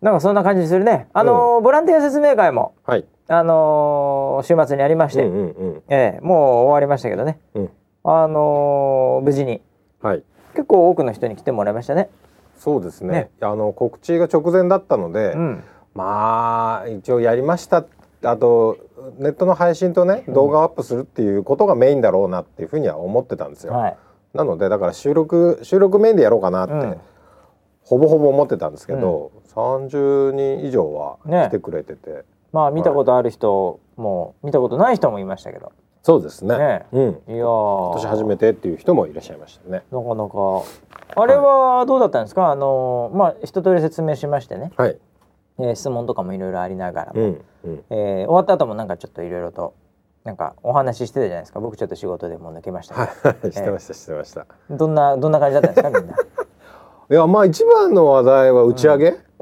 なんかそんな感じするねあのーボランティア説明会もはいあのー週末にありまして、うんうんうんええもう終わりましたけどね、うんあのー無事にはい結構多くの人に来てもらいましたね。そうですねねあの告知が直前だったので、うん、まあ一応やりましたあとネットの配信とね動画をアップするっていうことがメインだろうなっていうふうには思ってたんですよ、はい、なのでだから収録収録メインでやろうかなって、うんほぼほぼ思ってたんですけど、30人以上はね来てくれてて、まあ見たことある人も見たことない人もいましたけど、そうですねねうん今いや今年初めてっていう人もいらっしゃいましたねなかなかあれはどうだったんですか、あのーまあ一通り説明しましてね、はいえー質問とかもいろいろありながらも、うんうんえー終わった後もなんかちょっといろいろとなんかお話ししてたじゃないですか僕ちょっと仕事でもう抜けましたけど、はいしてましたしてましたどんなどんな感じだったんですかみん *laughs* ないやまあ一番の話題は打ち上げ、 *laughs*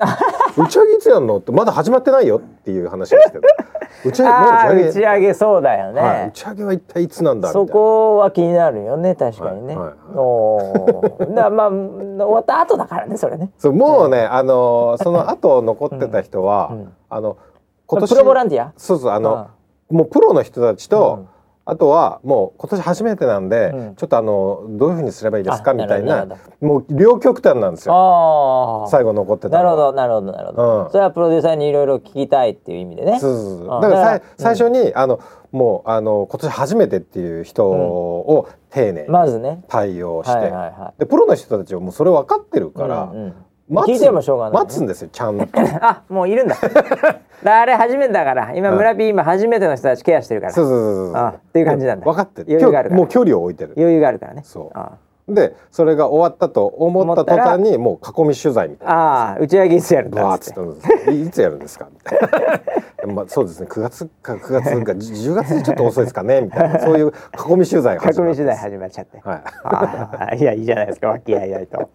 打ち上げいつやんのってまだ始まってないよっていう話をし *laughs* てた打ち上げもうああー打打ちち上上げそうだよげ、ね、はい、打ち上げは一体いつなんだみたいそなこは気になるよね確かにね、はいはいはいおーだからまあ *laughs* 終わった後だからねそれね、そうもうね、あのーその後残ってた人は、うんうんあの今年プロボランティアそうそうあの、もうプロの人たちと、あとはもう今年初めてなんで、うんちょっとあのどういうふうにすればいいですあかみたいななるほどなもう両極端なんですよああ最後残ってたのなはるほどなるほどなるほど、うんそれはプロデューサーにいろいろ聞きたいっていう意味でねそうそうそうあだかだらからさい最初に、あのもうあの今年初めてっていう人を丁寧にまずね対応して、はいはいはいでプロの人たちはもうそれ分かってるから、うんうん待つ聞いてもしょうがないね待つんですよちゃんと *laughs* あもういるん *laughs* だだからあれ初めてだから今うん村 P 今初めての人たちケアしてるからそうそうそうそうあっていう感じなんだ分かってる余裕があるからもう距離を置いてる余裕があるからねそうあでそれが終わったと思った途端にもう囲み取材みたいなああ打ち上げいつやるんだバーっッつつっってて飲んでいいつやるんですかみたいな *laughs* まあそうですね9月か9月か10月でちょっと遅いですかねみたいなそういう囲み取材が囲み始まっ取て材始まっちゃって、はいあ *laughs* あいやいいじゃないですか和気あいあいと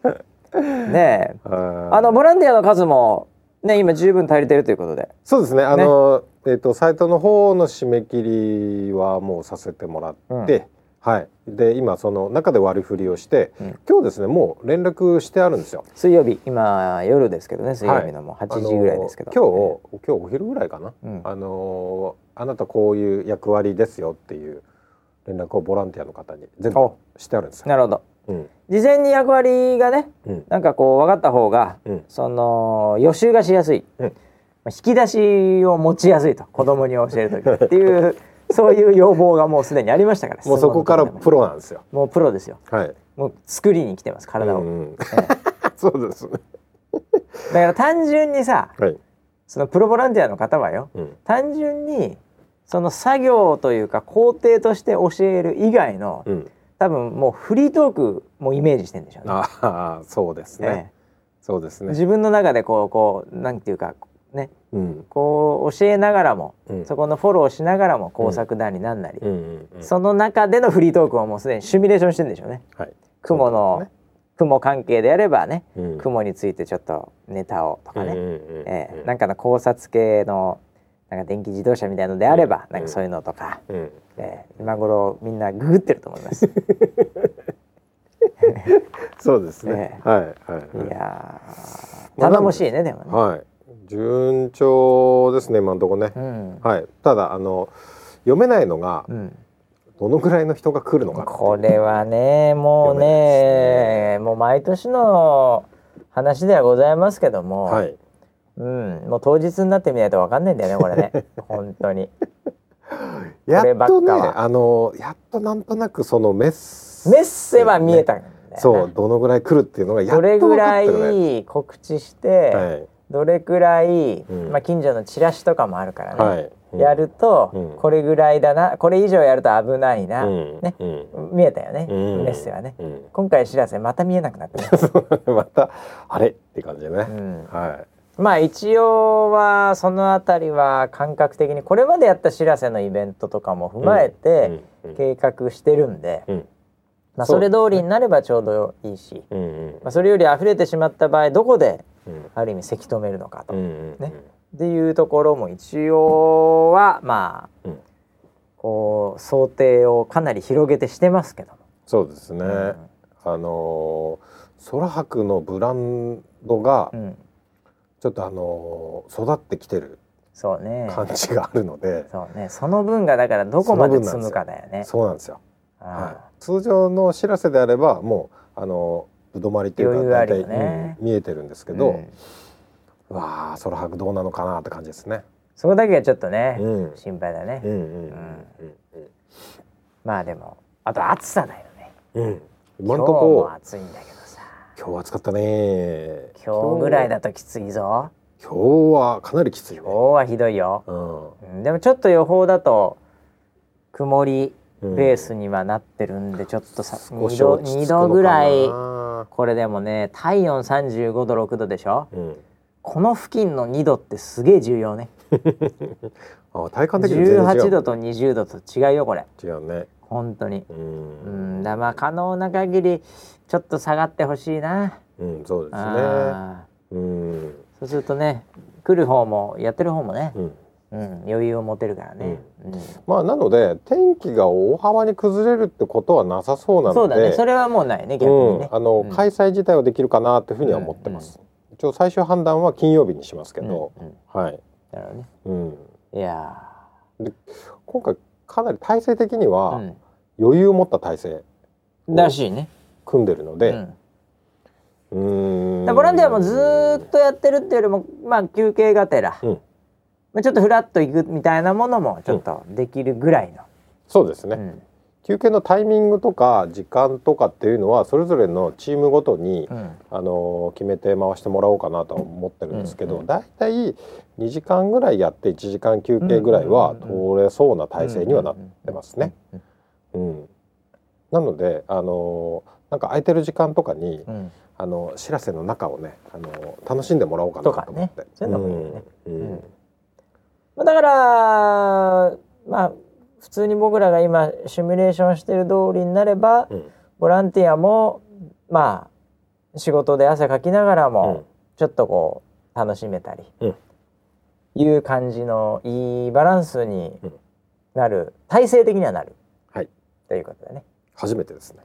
ねえああのボランティアの数もね今十分足りてるということでそうですねあのえっとサイトの方の締め切りはもうさせてもらって、はいで今その中で割り振りをして、うん今日ですねもう連絡してあるんですよ水曜日今夜ですけどね水曜日のもう8時ぐらいですけど、あの今日今日お昼ぐらいかな、うんあのあなたこういう役割ですよっていう連絡をボランティアの方に全部おしてあるんですよ。なるほどうん事前に役割がねうんなんかこう分かった方がうんその予習がしやすい、うんまあ引き出しを持ちやすいと子供に教える *laughs* 時っていうそういう要望がもうすでにありましたからもうそこから質問のとプロなんですよ。ろまでもうプロですよはい。もう作りに来てます体を、うんうんええ *laughs* そうですね。だから単純にさはい。そのプロボランティアの方はようん単純にその作業というか工程として教える以外の、うん。多分もうフリートークもイメージしてんでしょうね。ああそうですえね。そうですえね。自分の中でこうこうなんていうかねうんこう教えながらも、うんそこのフォローしながらも工作なりなんなり、うんうんうん。その中でのフリートークをもうすでにシミュレーションしてんでしょうね。はい。雲の、そうです雲関係であればね、うん雲についてちょっとネタをとかね、うんうんうんええなんかの考察系のなんか電気自動車みたいのであれば、なんかそういうのとか、うん。ええ今頃みんなググってると思います。いそうですね。はいはいはい。やーまあ頼もしいねでもね。はい。順調ですね今のとこねう。んはい。ただあの読めないのがうん、どのぐらいの人が来るのか。これはねもう読めないねもう毎年の話ではございますけども、はい。うん、もう当日になってみないとわかんないんだよねこれ *laughs* ね本当にやればっっかとはねあのやっとなんとなくそのメッセメッセは見えたんだよ、ね、そうどのぐらい来るっていうのがやっどとれ分ぐからったよね。い告知して、はいどれぐらい、うんまあ、近所のチラシとかもあるからね、はい。うんやると、うんこれぐらいだなこれ以上やると危ないな、うんねうん見えたよね、うんメッセはねうん今回知らせまた見えなくなってます *laughs* またあれって感じでね。んはまあ一応はそのあたりは感覚的にこれまでやった「しらせ」のイベントとかも踏まえい。てうんうん計画してるんで、うんまあ、そそうでれすね通りになればちょうどいいし、うんうんまあ、それより溢れてしまった場合どこでうんある意味せき止めるのかと、うっんうんねていうところも一応はまあうんこう想定をかなり広げてしてますけども。そうですね。うんあのー、空白のブランドがうん、ちょっとあのー、育ってきてるそうね感じがあるので、そうねその分がだからどこまで積むかだよね。そうなんですよ。うんはい、通常の知らせであればもうあのぶどまりっていう余裕かあ大る体、よねうん見えてるんですけど、うんわあ空白どうなのかなって感じですね。そこだけがちょっとね、うん、うん心配だね、うんまあでもあと暑さだよねうんうん。今今の日ともこ暑いんだけどさ今日暑かったね。今日ぐらいだときついぞ今日。今日はかなりきついね。今日はひどいよ、うんうんでもちょっと予報だと曇りうんベースにはなってるんで、ちょっとさ少2し度落ち着く2のかな度ぐらいこれでもね体温35度6度でしょうん。この付近の2度ってすげえ重要ねあ体感的に全然違うもんね。 18度と20度と違うよこれ違うね。本当にう。うんんだまあ可能な限りちょっと下がってほしいなうん、そうですね。あーうん。うん。そうするとね来る方もやってる方もね、うん、余裕を持てるからね、うんまあなので天気が大幅に崩れるってことはなさそうなので、そうだねそれはもうないね逆にねうん、あの、うん開催自体はできるかなというふうには思ってます。一応最終判断は金曜日にしますけど、うんうんはい。だからねうん。いや今回かなり体制的にーは余裕を持った体制うん、らしいね、組んでるのうで、ん、うだーんからボランティアもずーっとやってるっていうよりもまあ休憩がてら、うんまあ、ちょっとフラッと行くみたいなものもちょっとできるぐらいの、そうですね、うん休憩のタイミングとか時間とかっていうのはそれぞれのチームごとに、うんあのー決めて回してもらおうかなとは思ってるんですけうんど、うんだいたい2時間ぐらいやって1時間休憩ぐらいはうんうん通れそうな体制にはなってますね。うんなのであのなんか空いてる時間とかに、うん、あのしらせの中をねあの楽しんでもらおうかなと思っとて。かねそういうのもいいよねうんうんうんまあだからまあ普通に僕らが今シミュレーションしてる通りになれば、うんボランティアもまあ仕事で汗かきながらも、ちょっとこう楽しめたり、うんいう感じのいいバランスにうんなる、体制的にはなる、はいということだね。初めてですね。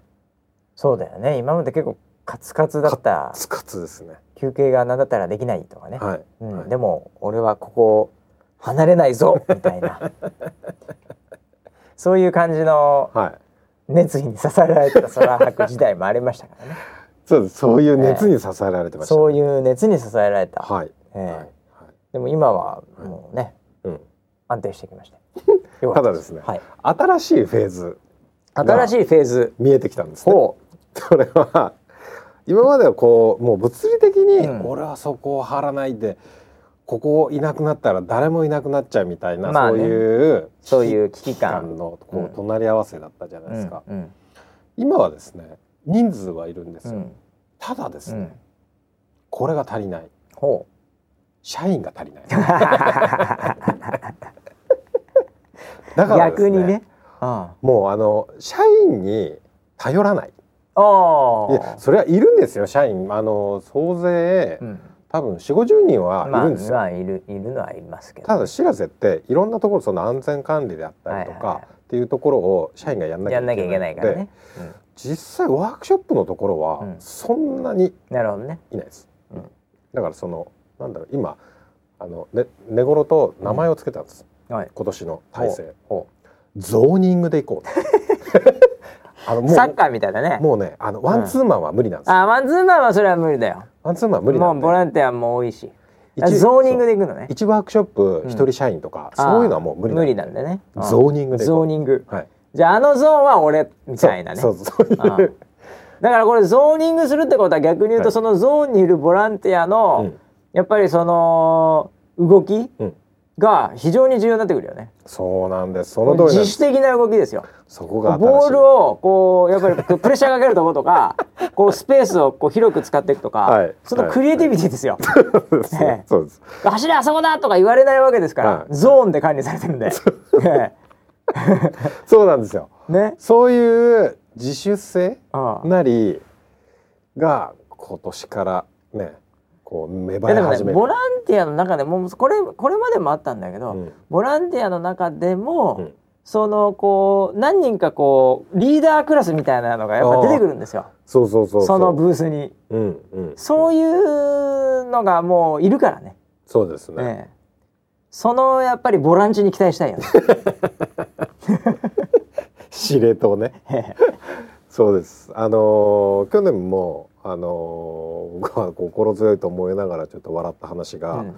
そうだよね今まで結構カツカツだったつかつですね。休憩が何だったらできないとかね、はい。うんはいでも俺はここ離れないぞみたいな *laughs* そういう感じのはい。熱意に支えられてた空白時代もありましたからねそうです。そういう熱に支えられてましたね。そういう熱に支えられた、はい。ええはい。はいでも今はもうね、うん。安定してきましたよか *laughs* たっただでですすね。はい新しいフェーズ新しいフェーズ見えてきたんですね。 *laughs* をそれは今まではこうもう物理的にうん俺はそこを張らないでここいなくなったら誰もいなくなっちゃうみたいな、まあそうねいうそういう危機期感間のうこんう隣り合わせだったじゃないですか、うんうん今はですね人数はいるんですうよ、んただですうね、んこれが足りないほう社員が足りないだからです逆ねに *laughs* ねあもうあの社員に頼らないあいやーそれはいるんですよ社員あの総勢うん多分4 5 0人はいまあるんですよ、まあいるいるのはいますけどただしらせっていろんなところその安全管理であったりとか、はいはいはいっていうところを社員がやんなきゃやんないきゃけいないけのなでいからねうん実際ワークショップのところうはんそんなになるほどねいないです、うんだからそのなんだろう今あの、ね、寝頃と名前をつけたんです、はい今年の体制ほゾーニングでいこう *laughs* あのうもサッうカーみたいだねもうねあのワンツーマンは無理なんです、あマンツーマンはそれは無理だよワンツーマンは無理なもんうでボランティアも多いしあ一ゾーニングで行くのね一ワークショップ一人社員とか、そういうのはもう無理無理ななんだねんうんでゾーニングでいこうゾーニングはいじゃああのゾーンは俺みたいなねそうそうそうああいうだからこれゾーニングするってことは逆に言うはといそのゾーンにいるボランティアうのんやっぱりその動き *laughs* うんが非常に重要になってくるよね。そうなんです。その通りなん自で主す。的な動きですよ。そこが新しい。ボールをこうやっぱりこうプレッシャーかけるとこと *laughs* かこうスペースをこう広く使っていくとか、はいそのクリエイティビティ *laughs* ですよ。 *laughs* そうですええそうです。走れあそこだとか言われないわけですから、はいゾーンで管理されて *laughs* るんで。ねそうなんですよ。ね、そういう自主性ああなりが今年からね、こう芽い生やえでもね始めるボ。ランティアの中でもこれこれまでもあったんだけど、うんボランティアの中でも、うんそのこう何人かこうリーダークラスみたいなのがやっぱ出てくるんですよそうそうそうう。そのブースにうんうん。そういうのがもういるからね、そうですね。ええそのやっぱりボランチに期待したいよ *laughs* ね司令塔ね。そうです。あのー去年もあのー *laughs* 僕は心強いと思いながらちょっと笑った話うが、ん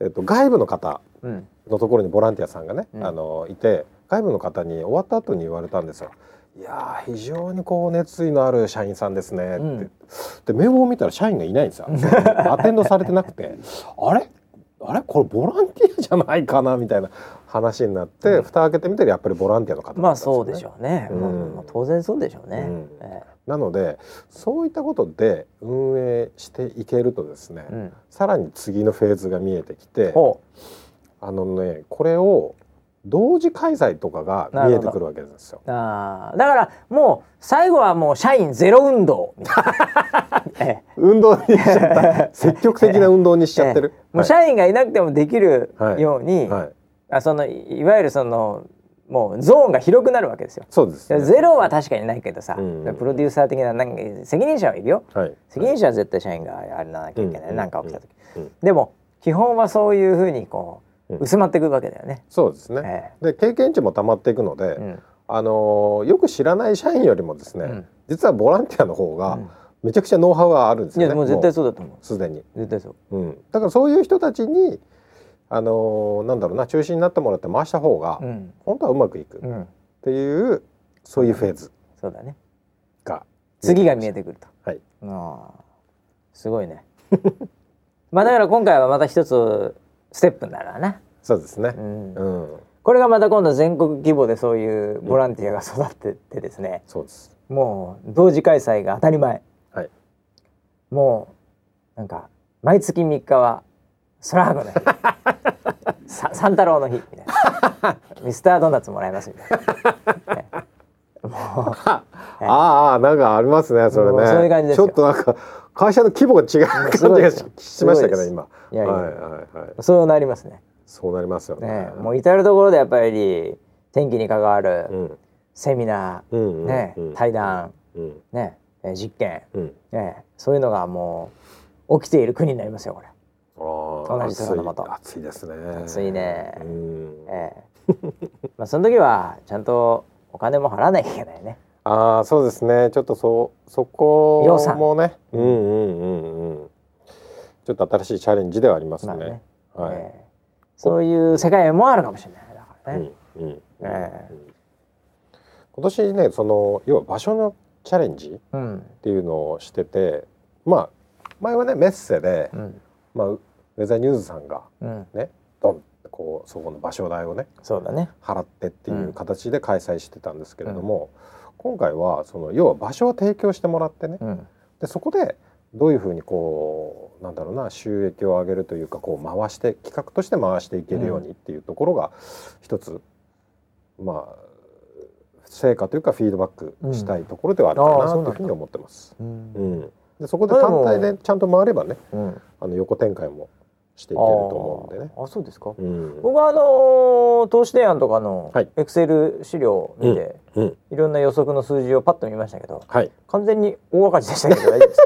えっと外部の方。うんのところにボランティアさんがね、うんあのいて外部の方に終わった後に言われたんですよ。いやー非常にこう熱意のある社員さんですねって、うんで名簿を見たら社員がいないん *laughs* ですよアテンドされてなくてあれあれこれボランティアじゃないかなみたいな話になって、うん蓋開けてみたらやっぱりボランティアの方だったんまあよねそうでしょうね、うんもうもう当然そうでしょうね、うんえなのでそういったことで運営していけるとですね、えうんさらに次のフェーズが見えてきて、ほあのねこれを同時開催とかが見えてくるわけですよ。うあーだからもう最後はもう社員ゼロ運 *laughs* 動みたいな、ええ運動にしちゃった積極的な運動にしちゃってる *laughs* ええ。もう社員がいなくてもできるはいように、はいはい、あそのいいわゆるそのもうゾーンが広くなるわけですよ。そうです、ね。ゼロは確かにないけどさ、うんうんプロデューサー的ななんか責任者はいるよ。はい。責任者は絶対社員があれなきゃいけない、うんなんか起きた時、うんでも基本はそういうふうにこう、うん薄まっていくわけだよね。そうですね。えで経験値も溜まっていくので、えうんあのーよく知らない社員よりもですね、うん実はボランティアの方がうんめちゃくちゃノウハウがあるんですいよね。やもう絶対そうだと思う。すでに、絶対そう。うん。だからそういう人たちにあのーなんだろうな中心になってもらって回した方が、うん、本当はうまくいくっうん、ていうそういうフェーズそうだね。が次が見えてくると。はい。ああ、すごいね。 *laughs* まあだから今回はまた一つステップになるわな。そうですねう。んうん。これがまた今度全国規模でそういうボランティアが育ってってですね、そうです。もう同時開催が当たり前はい。もうなんか毎月3日は空箱 *laughs* の日さ三太郎の日みたいなミスタードーナツもらえますみたいな、ねもうああなんかありますねそれもうね。そういう感じですよちょっとなんか会社の規模が違う感じすごいがでしすしましたけどすごいです今。いやいやはいはいはい。そうなりますねそうなりますよね。ねもう至る所でやっぱり天気に関わる、うんセミナうー、んうんねうん対談、うんねえー実験、うん。ね、そういうのがもう起きている国になりますよこれ。ああ同じ魚また暑い暑いですね。暑いねうん。え *laughs* えまあその時はちゃんとお金も払わなきゃいけないね。ああそうですねちょっとそうそこ予算もねうんうんうんうんちょっと新しいチャレンジではありますまね,、あねはい、ええそういう世界もあるかもしれないだからね。うんうんうんえ今年ねその要は場所のチャレンジっうん、ていうのをしててまあ前はねメッセで、うん、まあ、ウェザーニューズさんがうん、ねドンってこうそこの場所代をねそうだね。払ってっていううん形で開催してたんですけれども、今回はその要は場所を提供してもらってねうん、でそこでどういうふうにこうなんだろうな収益を上げるというかこう回して企画として回していけるようにっていうところが一つ、まあ成果というかフィードバックしたいところではあるうんああかそうななんというだふうに思ってます。う、うんん、でそこで単体でちゃんと回ればねうん、いあの横展開もしてけいけると思うんでね。あ、そうですか。うん僕はあのー投資提案とかのはいエクセル資料を見て、うん、いろんな予測の数字をパッと見ましたけど、はい完全に大赤字でしたけど大丈夫です。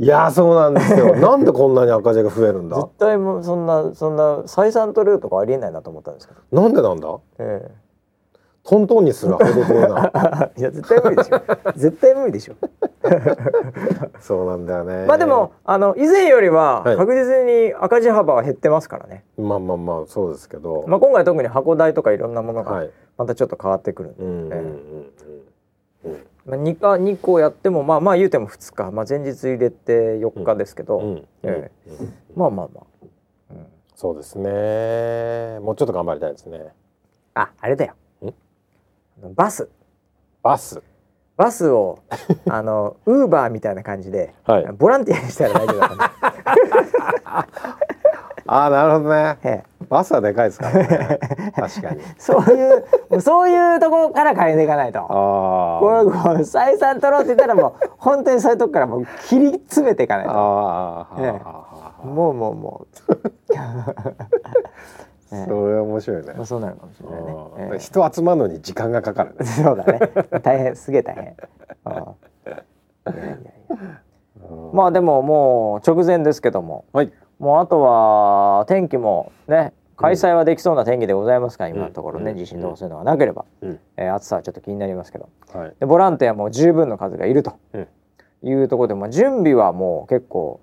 いやーそうなんですよなんでこんなに赤字が増え *laughs* るんだ絶対もうそんなそんな採算取れるとかありえないなと思ったんですけど。なんでなんだえトントンにするほどどうな *laughs* え、いや絶対無理でしょ。 *laughs* 絶対無理でしょ。そうなんだよねまあでもあの以前よりははい確実に赤字幅は減ってますからね。まあまあまあそうですけど、まあ今回特に箱代とかいろんなものはがい、またちょっと変わってくるんで。うんうんええうんうんまあ二か二個やってもまあまあ言うても二日、まあ前日入れて四日ですけど、うんうんえうんまあまあまあ。うんそうですねもうちょっと頑張りたいですねああれだよん。バスバスバスをあのウーバーみたいな感じで、はいボランティアにしたら大丈夫だと思う。ああなるほどね *laughs* ええバスはでかいですか *laughs* らね確かにそういう、そういうところから変えていかないと。あこれ、こう採算取ろうって言ったら、もう、本当にそういうとこから、もう切り詰めていかないああと。ああ、ええはあはあはもう、もう、もあええそれは面白いねう、まあ、そうなるかもしれないああね。え人集まるのに時間がかかるえ *laughs* ねそうだね。大変、すげえ大変。ああいやいやいやまあ、でも、もう直前ですけども、はいもうあとは天気もね。開催はできそうな天気でございますから、今のところね、うん地震とかそういうのがなければ、うんえー暑さはちょっと気になりますけど。はいでボランティアも十分の数がいるとうんいうところで、まあ、準備はもう結構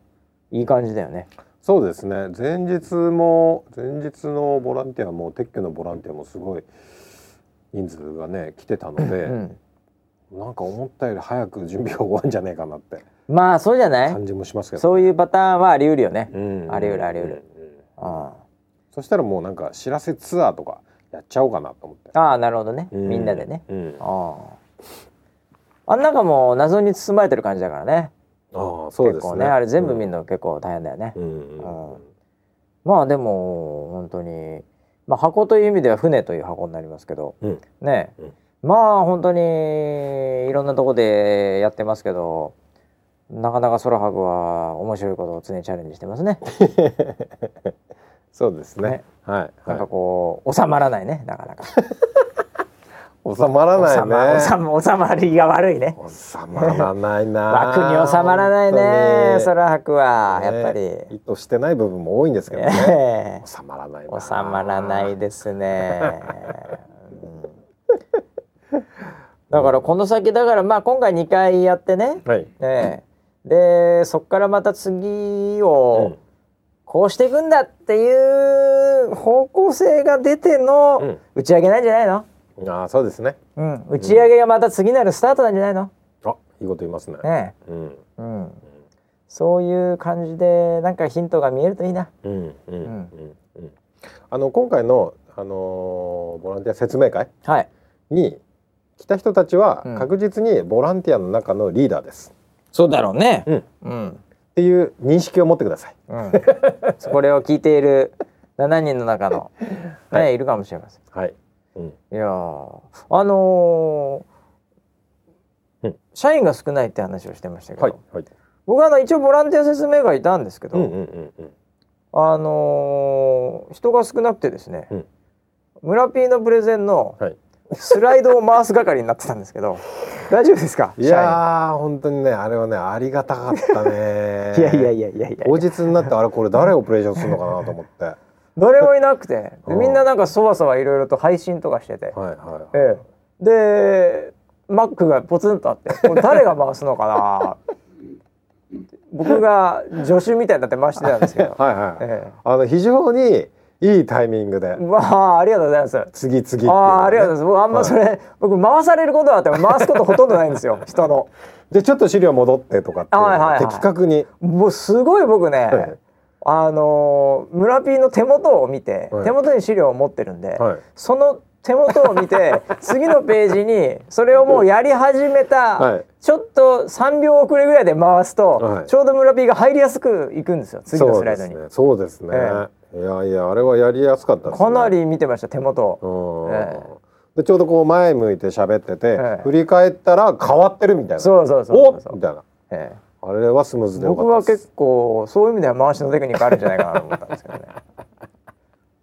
いい感じだよね。そうですね前日も前日のボランティアも撤去のボランティアもすごい人数がね来てたので、うん、なんか思ったより早く準備が終わるんじゃねえかなってまあそうじゃない感じもしますけど、そういうパターンはあり得るよね。うんあり得るあり得る。うんうんうん、あそしたらもうなんか知らせツアーとかやっちゃおうかなと思って。あなるほどね、うみんなでね。うああああん中も謎に包まれてる感じだからねあそうですね。結構ねあれ全部見るの結構大変だよね。うん。うんうんうんまあでも本当にまあ箱という意味では船という箱になりますけど、うんね、うんまあ本当にいろんなとこでやってますけどなかなか空博は面白いことを常にチャレンジしてますね。 *laughs* そうですね。ねはい、なんかはこう収まらないねなかなか。い。収まらない収ま収ね。ま収まりが悪いね。収まらないな。 *laughs* 枠に収まらないね空博は本当やにっぱり。ね意図してない部分も多いんですけど *laughs* ね。ええ収まらないな。収まらないですね。うんだからこの先だからまあ今回2回やってね、はい。ねえでそこからまた次をこうしていくんだっていう方向性が出ての打ち上げなんじゃないの、うん、ああそうですね。うん、打ち上げがまた次なるスタートなんじゃないの、あいいこと言いますね。ねうんえうん、そういう感じでなんかヒントが見えるといいな。うんうんうんんうんあの今回のあのーボランティア説明会はいに来た人たちはうん確実にボランティアの中のリーダーです、そうだろうねうんうんっていう認識を持ってください。うん、これを聞いている7人の中の、ね、はいるかもしれません。はい。うん。いやーあのーうん社員が少ないって話をしてましたけど、はいはい。僕はあの一応ボランティア説明会いたんですけど、うんうんうんうん。あのー人が少なくてですね、うん村 P のプレゼンのはいスライドを回す係になってたんですけ *laughs* ど大丈夫ですかいやー本当にねあれはねありがたかったね。社 *laughs* 員いやいやいやいやいや当日になってあれこれ誰オペレーションするのかなと思 *laughs* って。は誰もいなくてでうんみんななんかそわそわいろいろと配信とかしてて、いはい。ええ、でマックがポツンとあってこれ誰が回すのかな僕が助手みたいになって回してたんですけど、はいはい。えあの非常にいいタイミングでえ、わあありがとうございますあ次々っていうのがね、あありがとうございます僕あんまそれ、僕回されることはあっても回すことほとんどないんです *laughs* よ人のでちょっと資料戻ってとかっていうのはいはいがはい的確に、もうすごい僕ね、はいあのー村 P の手元を見て、はい手元に資料を持ってるんで、はいその手元を見 *laughs* て次のページにそれをもうやり始めた、はいちょっと3秒遅れぐらいで回すと、はいちょうど村 P が入りやすくいくんですよ次のスライドに、そうですね。そうですねいやいやあれはやりやすかったです、ね。かなり見てました手元うを、ん。えでちょうどこう前向いて喋ってて、ええ振り返ったら変わってるみたいな。そうそうそうそうおっみたいな。ええあれはスムーズでよか僕ったはです。結構そういう意味では回しのテクニックあるんじゃないかなと思ったんですけどね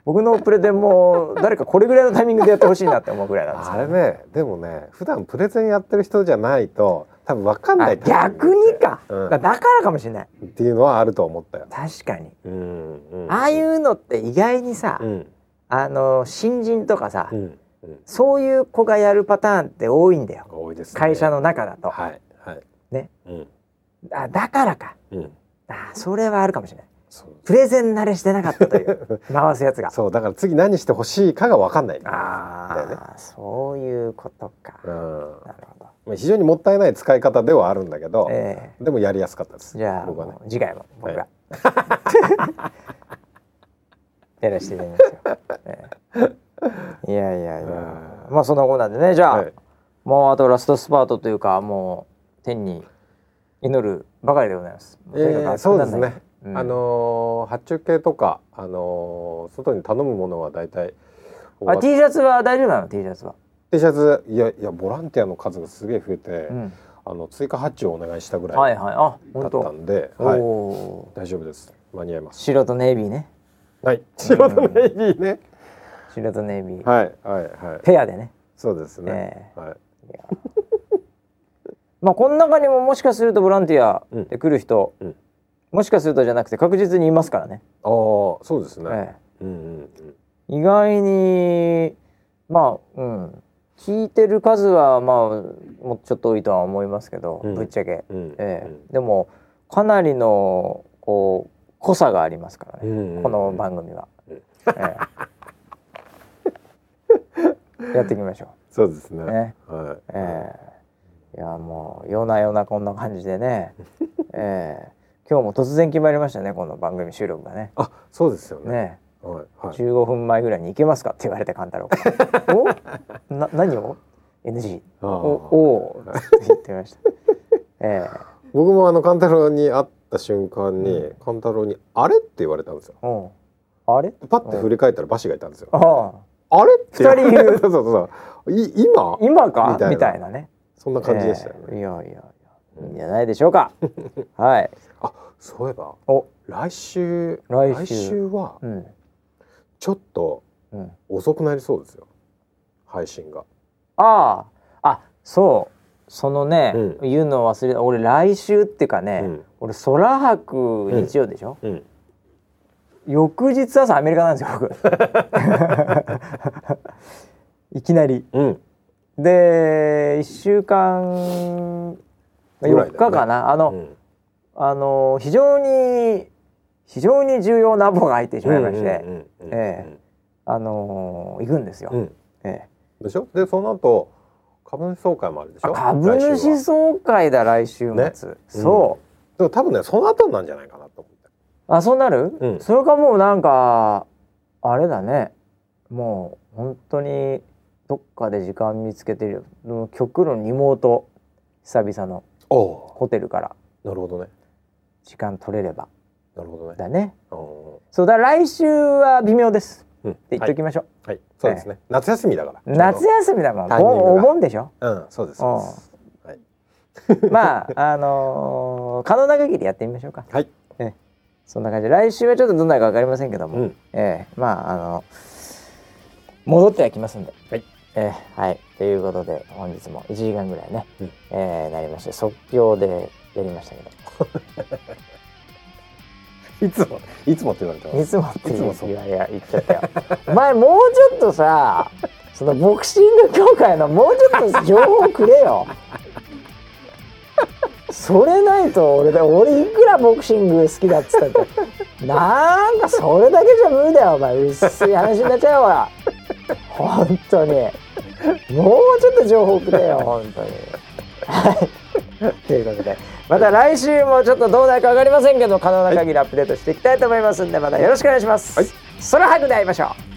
僕のプレゼンも誰かこれぐらいのタイミングでやってほしいなって思うぐらいなんですあよれねでもね普段プレゼンやってる人じゃないと多分分かんなあいタイミング逆にか、うんだからかもしれないっていうのはあると思ったよ。確かにうんうん、ああいうのって意外にさ、うんあの新人とかさ、うんうん、そういう子がやるパターンって多いんだよ多いです、ね、会社の中だと、はいはいねうんあだからかうんあそれはあるかもしれないそうプレゼン慣れしてなかったという *laughs* 回すやつがそうだから次何してほしいかが分かんないあだよねあ、そういうことか、うんなるほまあ、非常にもったいない使い方ではあるんだけどど、、えでもやりやすかったですえじゃあ、僕はねもう次回も僕が、は *laughs* やらせていただきますよ、ええいやいやいや、うまあそんなことなんでねじゃあ、はいもうあとラストスパートというかもう天に祈るばかりでございます、えーそうですね、うんあのー発注系とか、あのー外に頼むものは大体終わあっ T シャツは大丈夫なの T シャツは、 T シャツいやいやボランティアの数がすげえ増えて、うんあの追加発注をお願いしたぐらはいいはいあだ本っ当たんで、おはいおー、大丈夫です間に合います白とネイビーねはい仕事の意味ね、白とネイビー、はいはいはいペアでねそうですね、はいまあこの中にももしかするとボランティアで来る人、うんうんもしかするとじゃなくて確実にいますからね、ああそうですね、えうんうんうんえ意外にまあうん聞いてる数はまあもうちょっと多いとは思いますけど、うんぶっちゃけ、うんええうんでもかなりのこう濃さがありますからね、うんうんこの番組は、うんええやっていきましょそうですねうね。はい、ええいやもう夜な夜なこんな感じで *laughs* ね、ええ今日も突然決まりましたねこの番組収録がねあそうですよねねはいはい15分前ぐらいに行けますかって言われて勘太郎が *laughs* おな何を NG あおあおーって言ってましたええ僕もあの勘太郎に会った瞬間に、勘太郎に「あれ?」って言われたんですようんあれパッて振り返ったらバシがいたんですよ「あああれ?」って言われ二人いる *laughs* そうそうそうい今今かみみたたいないなねそんな感じでしたよね、ええいやいやいやいいんじゃないでしょう *laughs* かはいあそういえばお来週来週はうんちょっとうん遅くなりそうですよ配信があああそうそのね、う言うの忘れた俺来週っていうかね、うん俺空白日曜でしょ、うん翌日朝アメリカなんですよ *laughs* 僕いきなりうんで1週間ぐらいだよね4日かな、あうの、んあの非常に非常に重要なボが入ってしまいまして、うんうんうんうんえあの行くんですよ、うんええでしょでその後株主総会もあるでしあょ株来週は主総会だ来週末、ねそう、でも多分ねその後なんじゃないかなと思ってあそうなる、うんそれかもうなんかあれだねもう本当にどっかで時間見つけてるよでも極論リモート久々のおホテルからなるほどね時間取れればなるほどねだねうんそうだから来週は微妙ですうんって言っときましょう、はいそうですね、夏休みだから夏休みだもんタイミングがおお盆でしょうんそうですそうですはい、 *laughs* まああのー可能な限りやってみましょうかはいそんな感じで来週はちょっとどんなるかわかりませんけども、うん、ええまああの戻ってはきますんで、はいええはい、ということで本日も1時間ぐらいね、うんええなりまして即興でやりましたけどいつもいつもって言われてまいすつもっていつもそういやいや言っちゃったよ *laughs* お前もうちょっとさそのボクシング協会のもうちょっと情報くれよそれないと俺だ俺いくらボクシング好きだっつったってなんかそれだけじゃ無理だよお前薄い話になっちゃうわ本当にもうちょっと情報くれよ本当にはい *laughs* ということでまた来週もちょっとどうなるか分かりませんけど可能な限りアップデートしていきたいと思いますんでまたよろしくお願いします、はいそれはくで会いましょう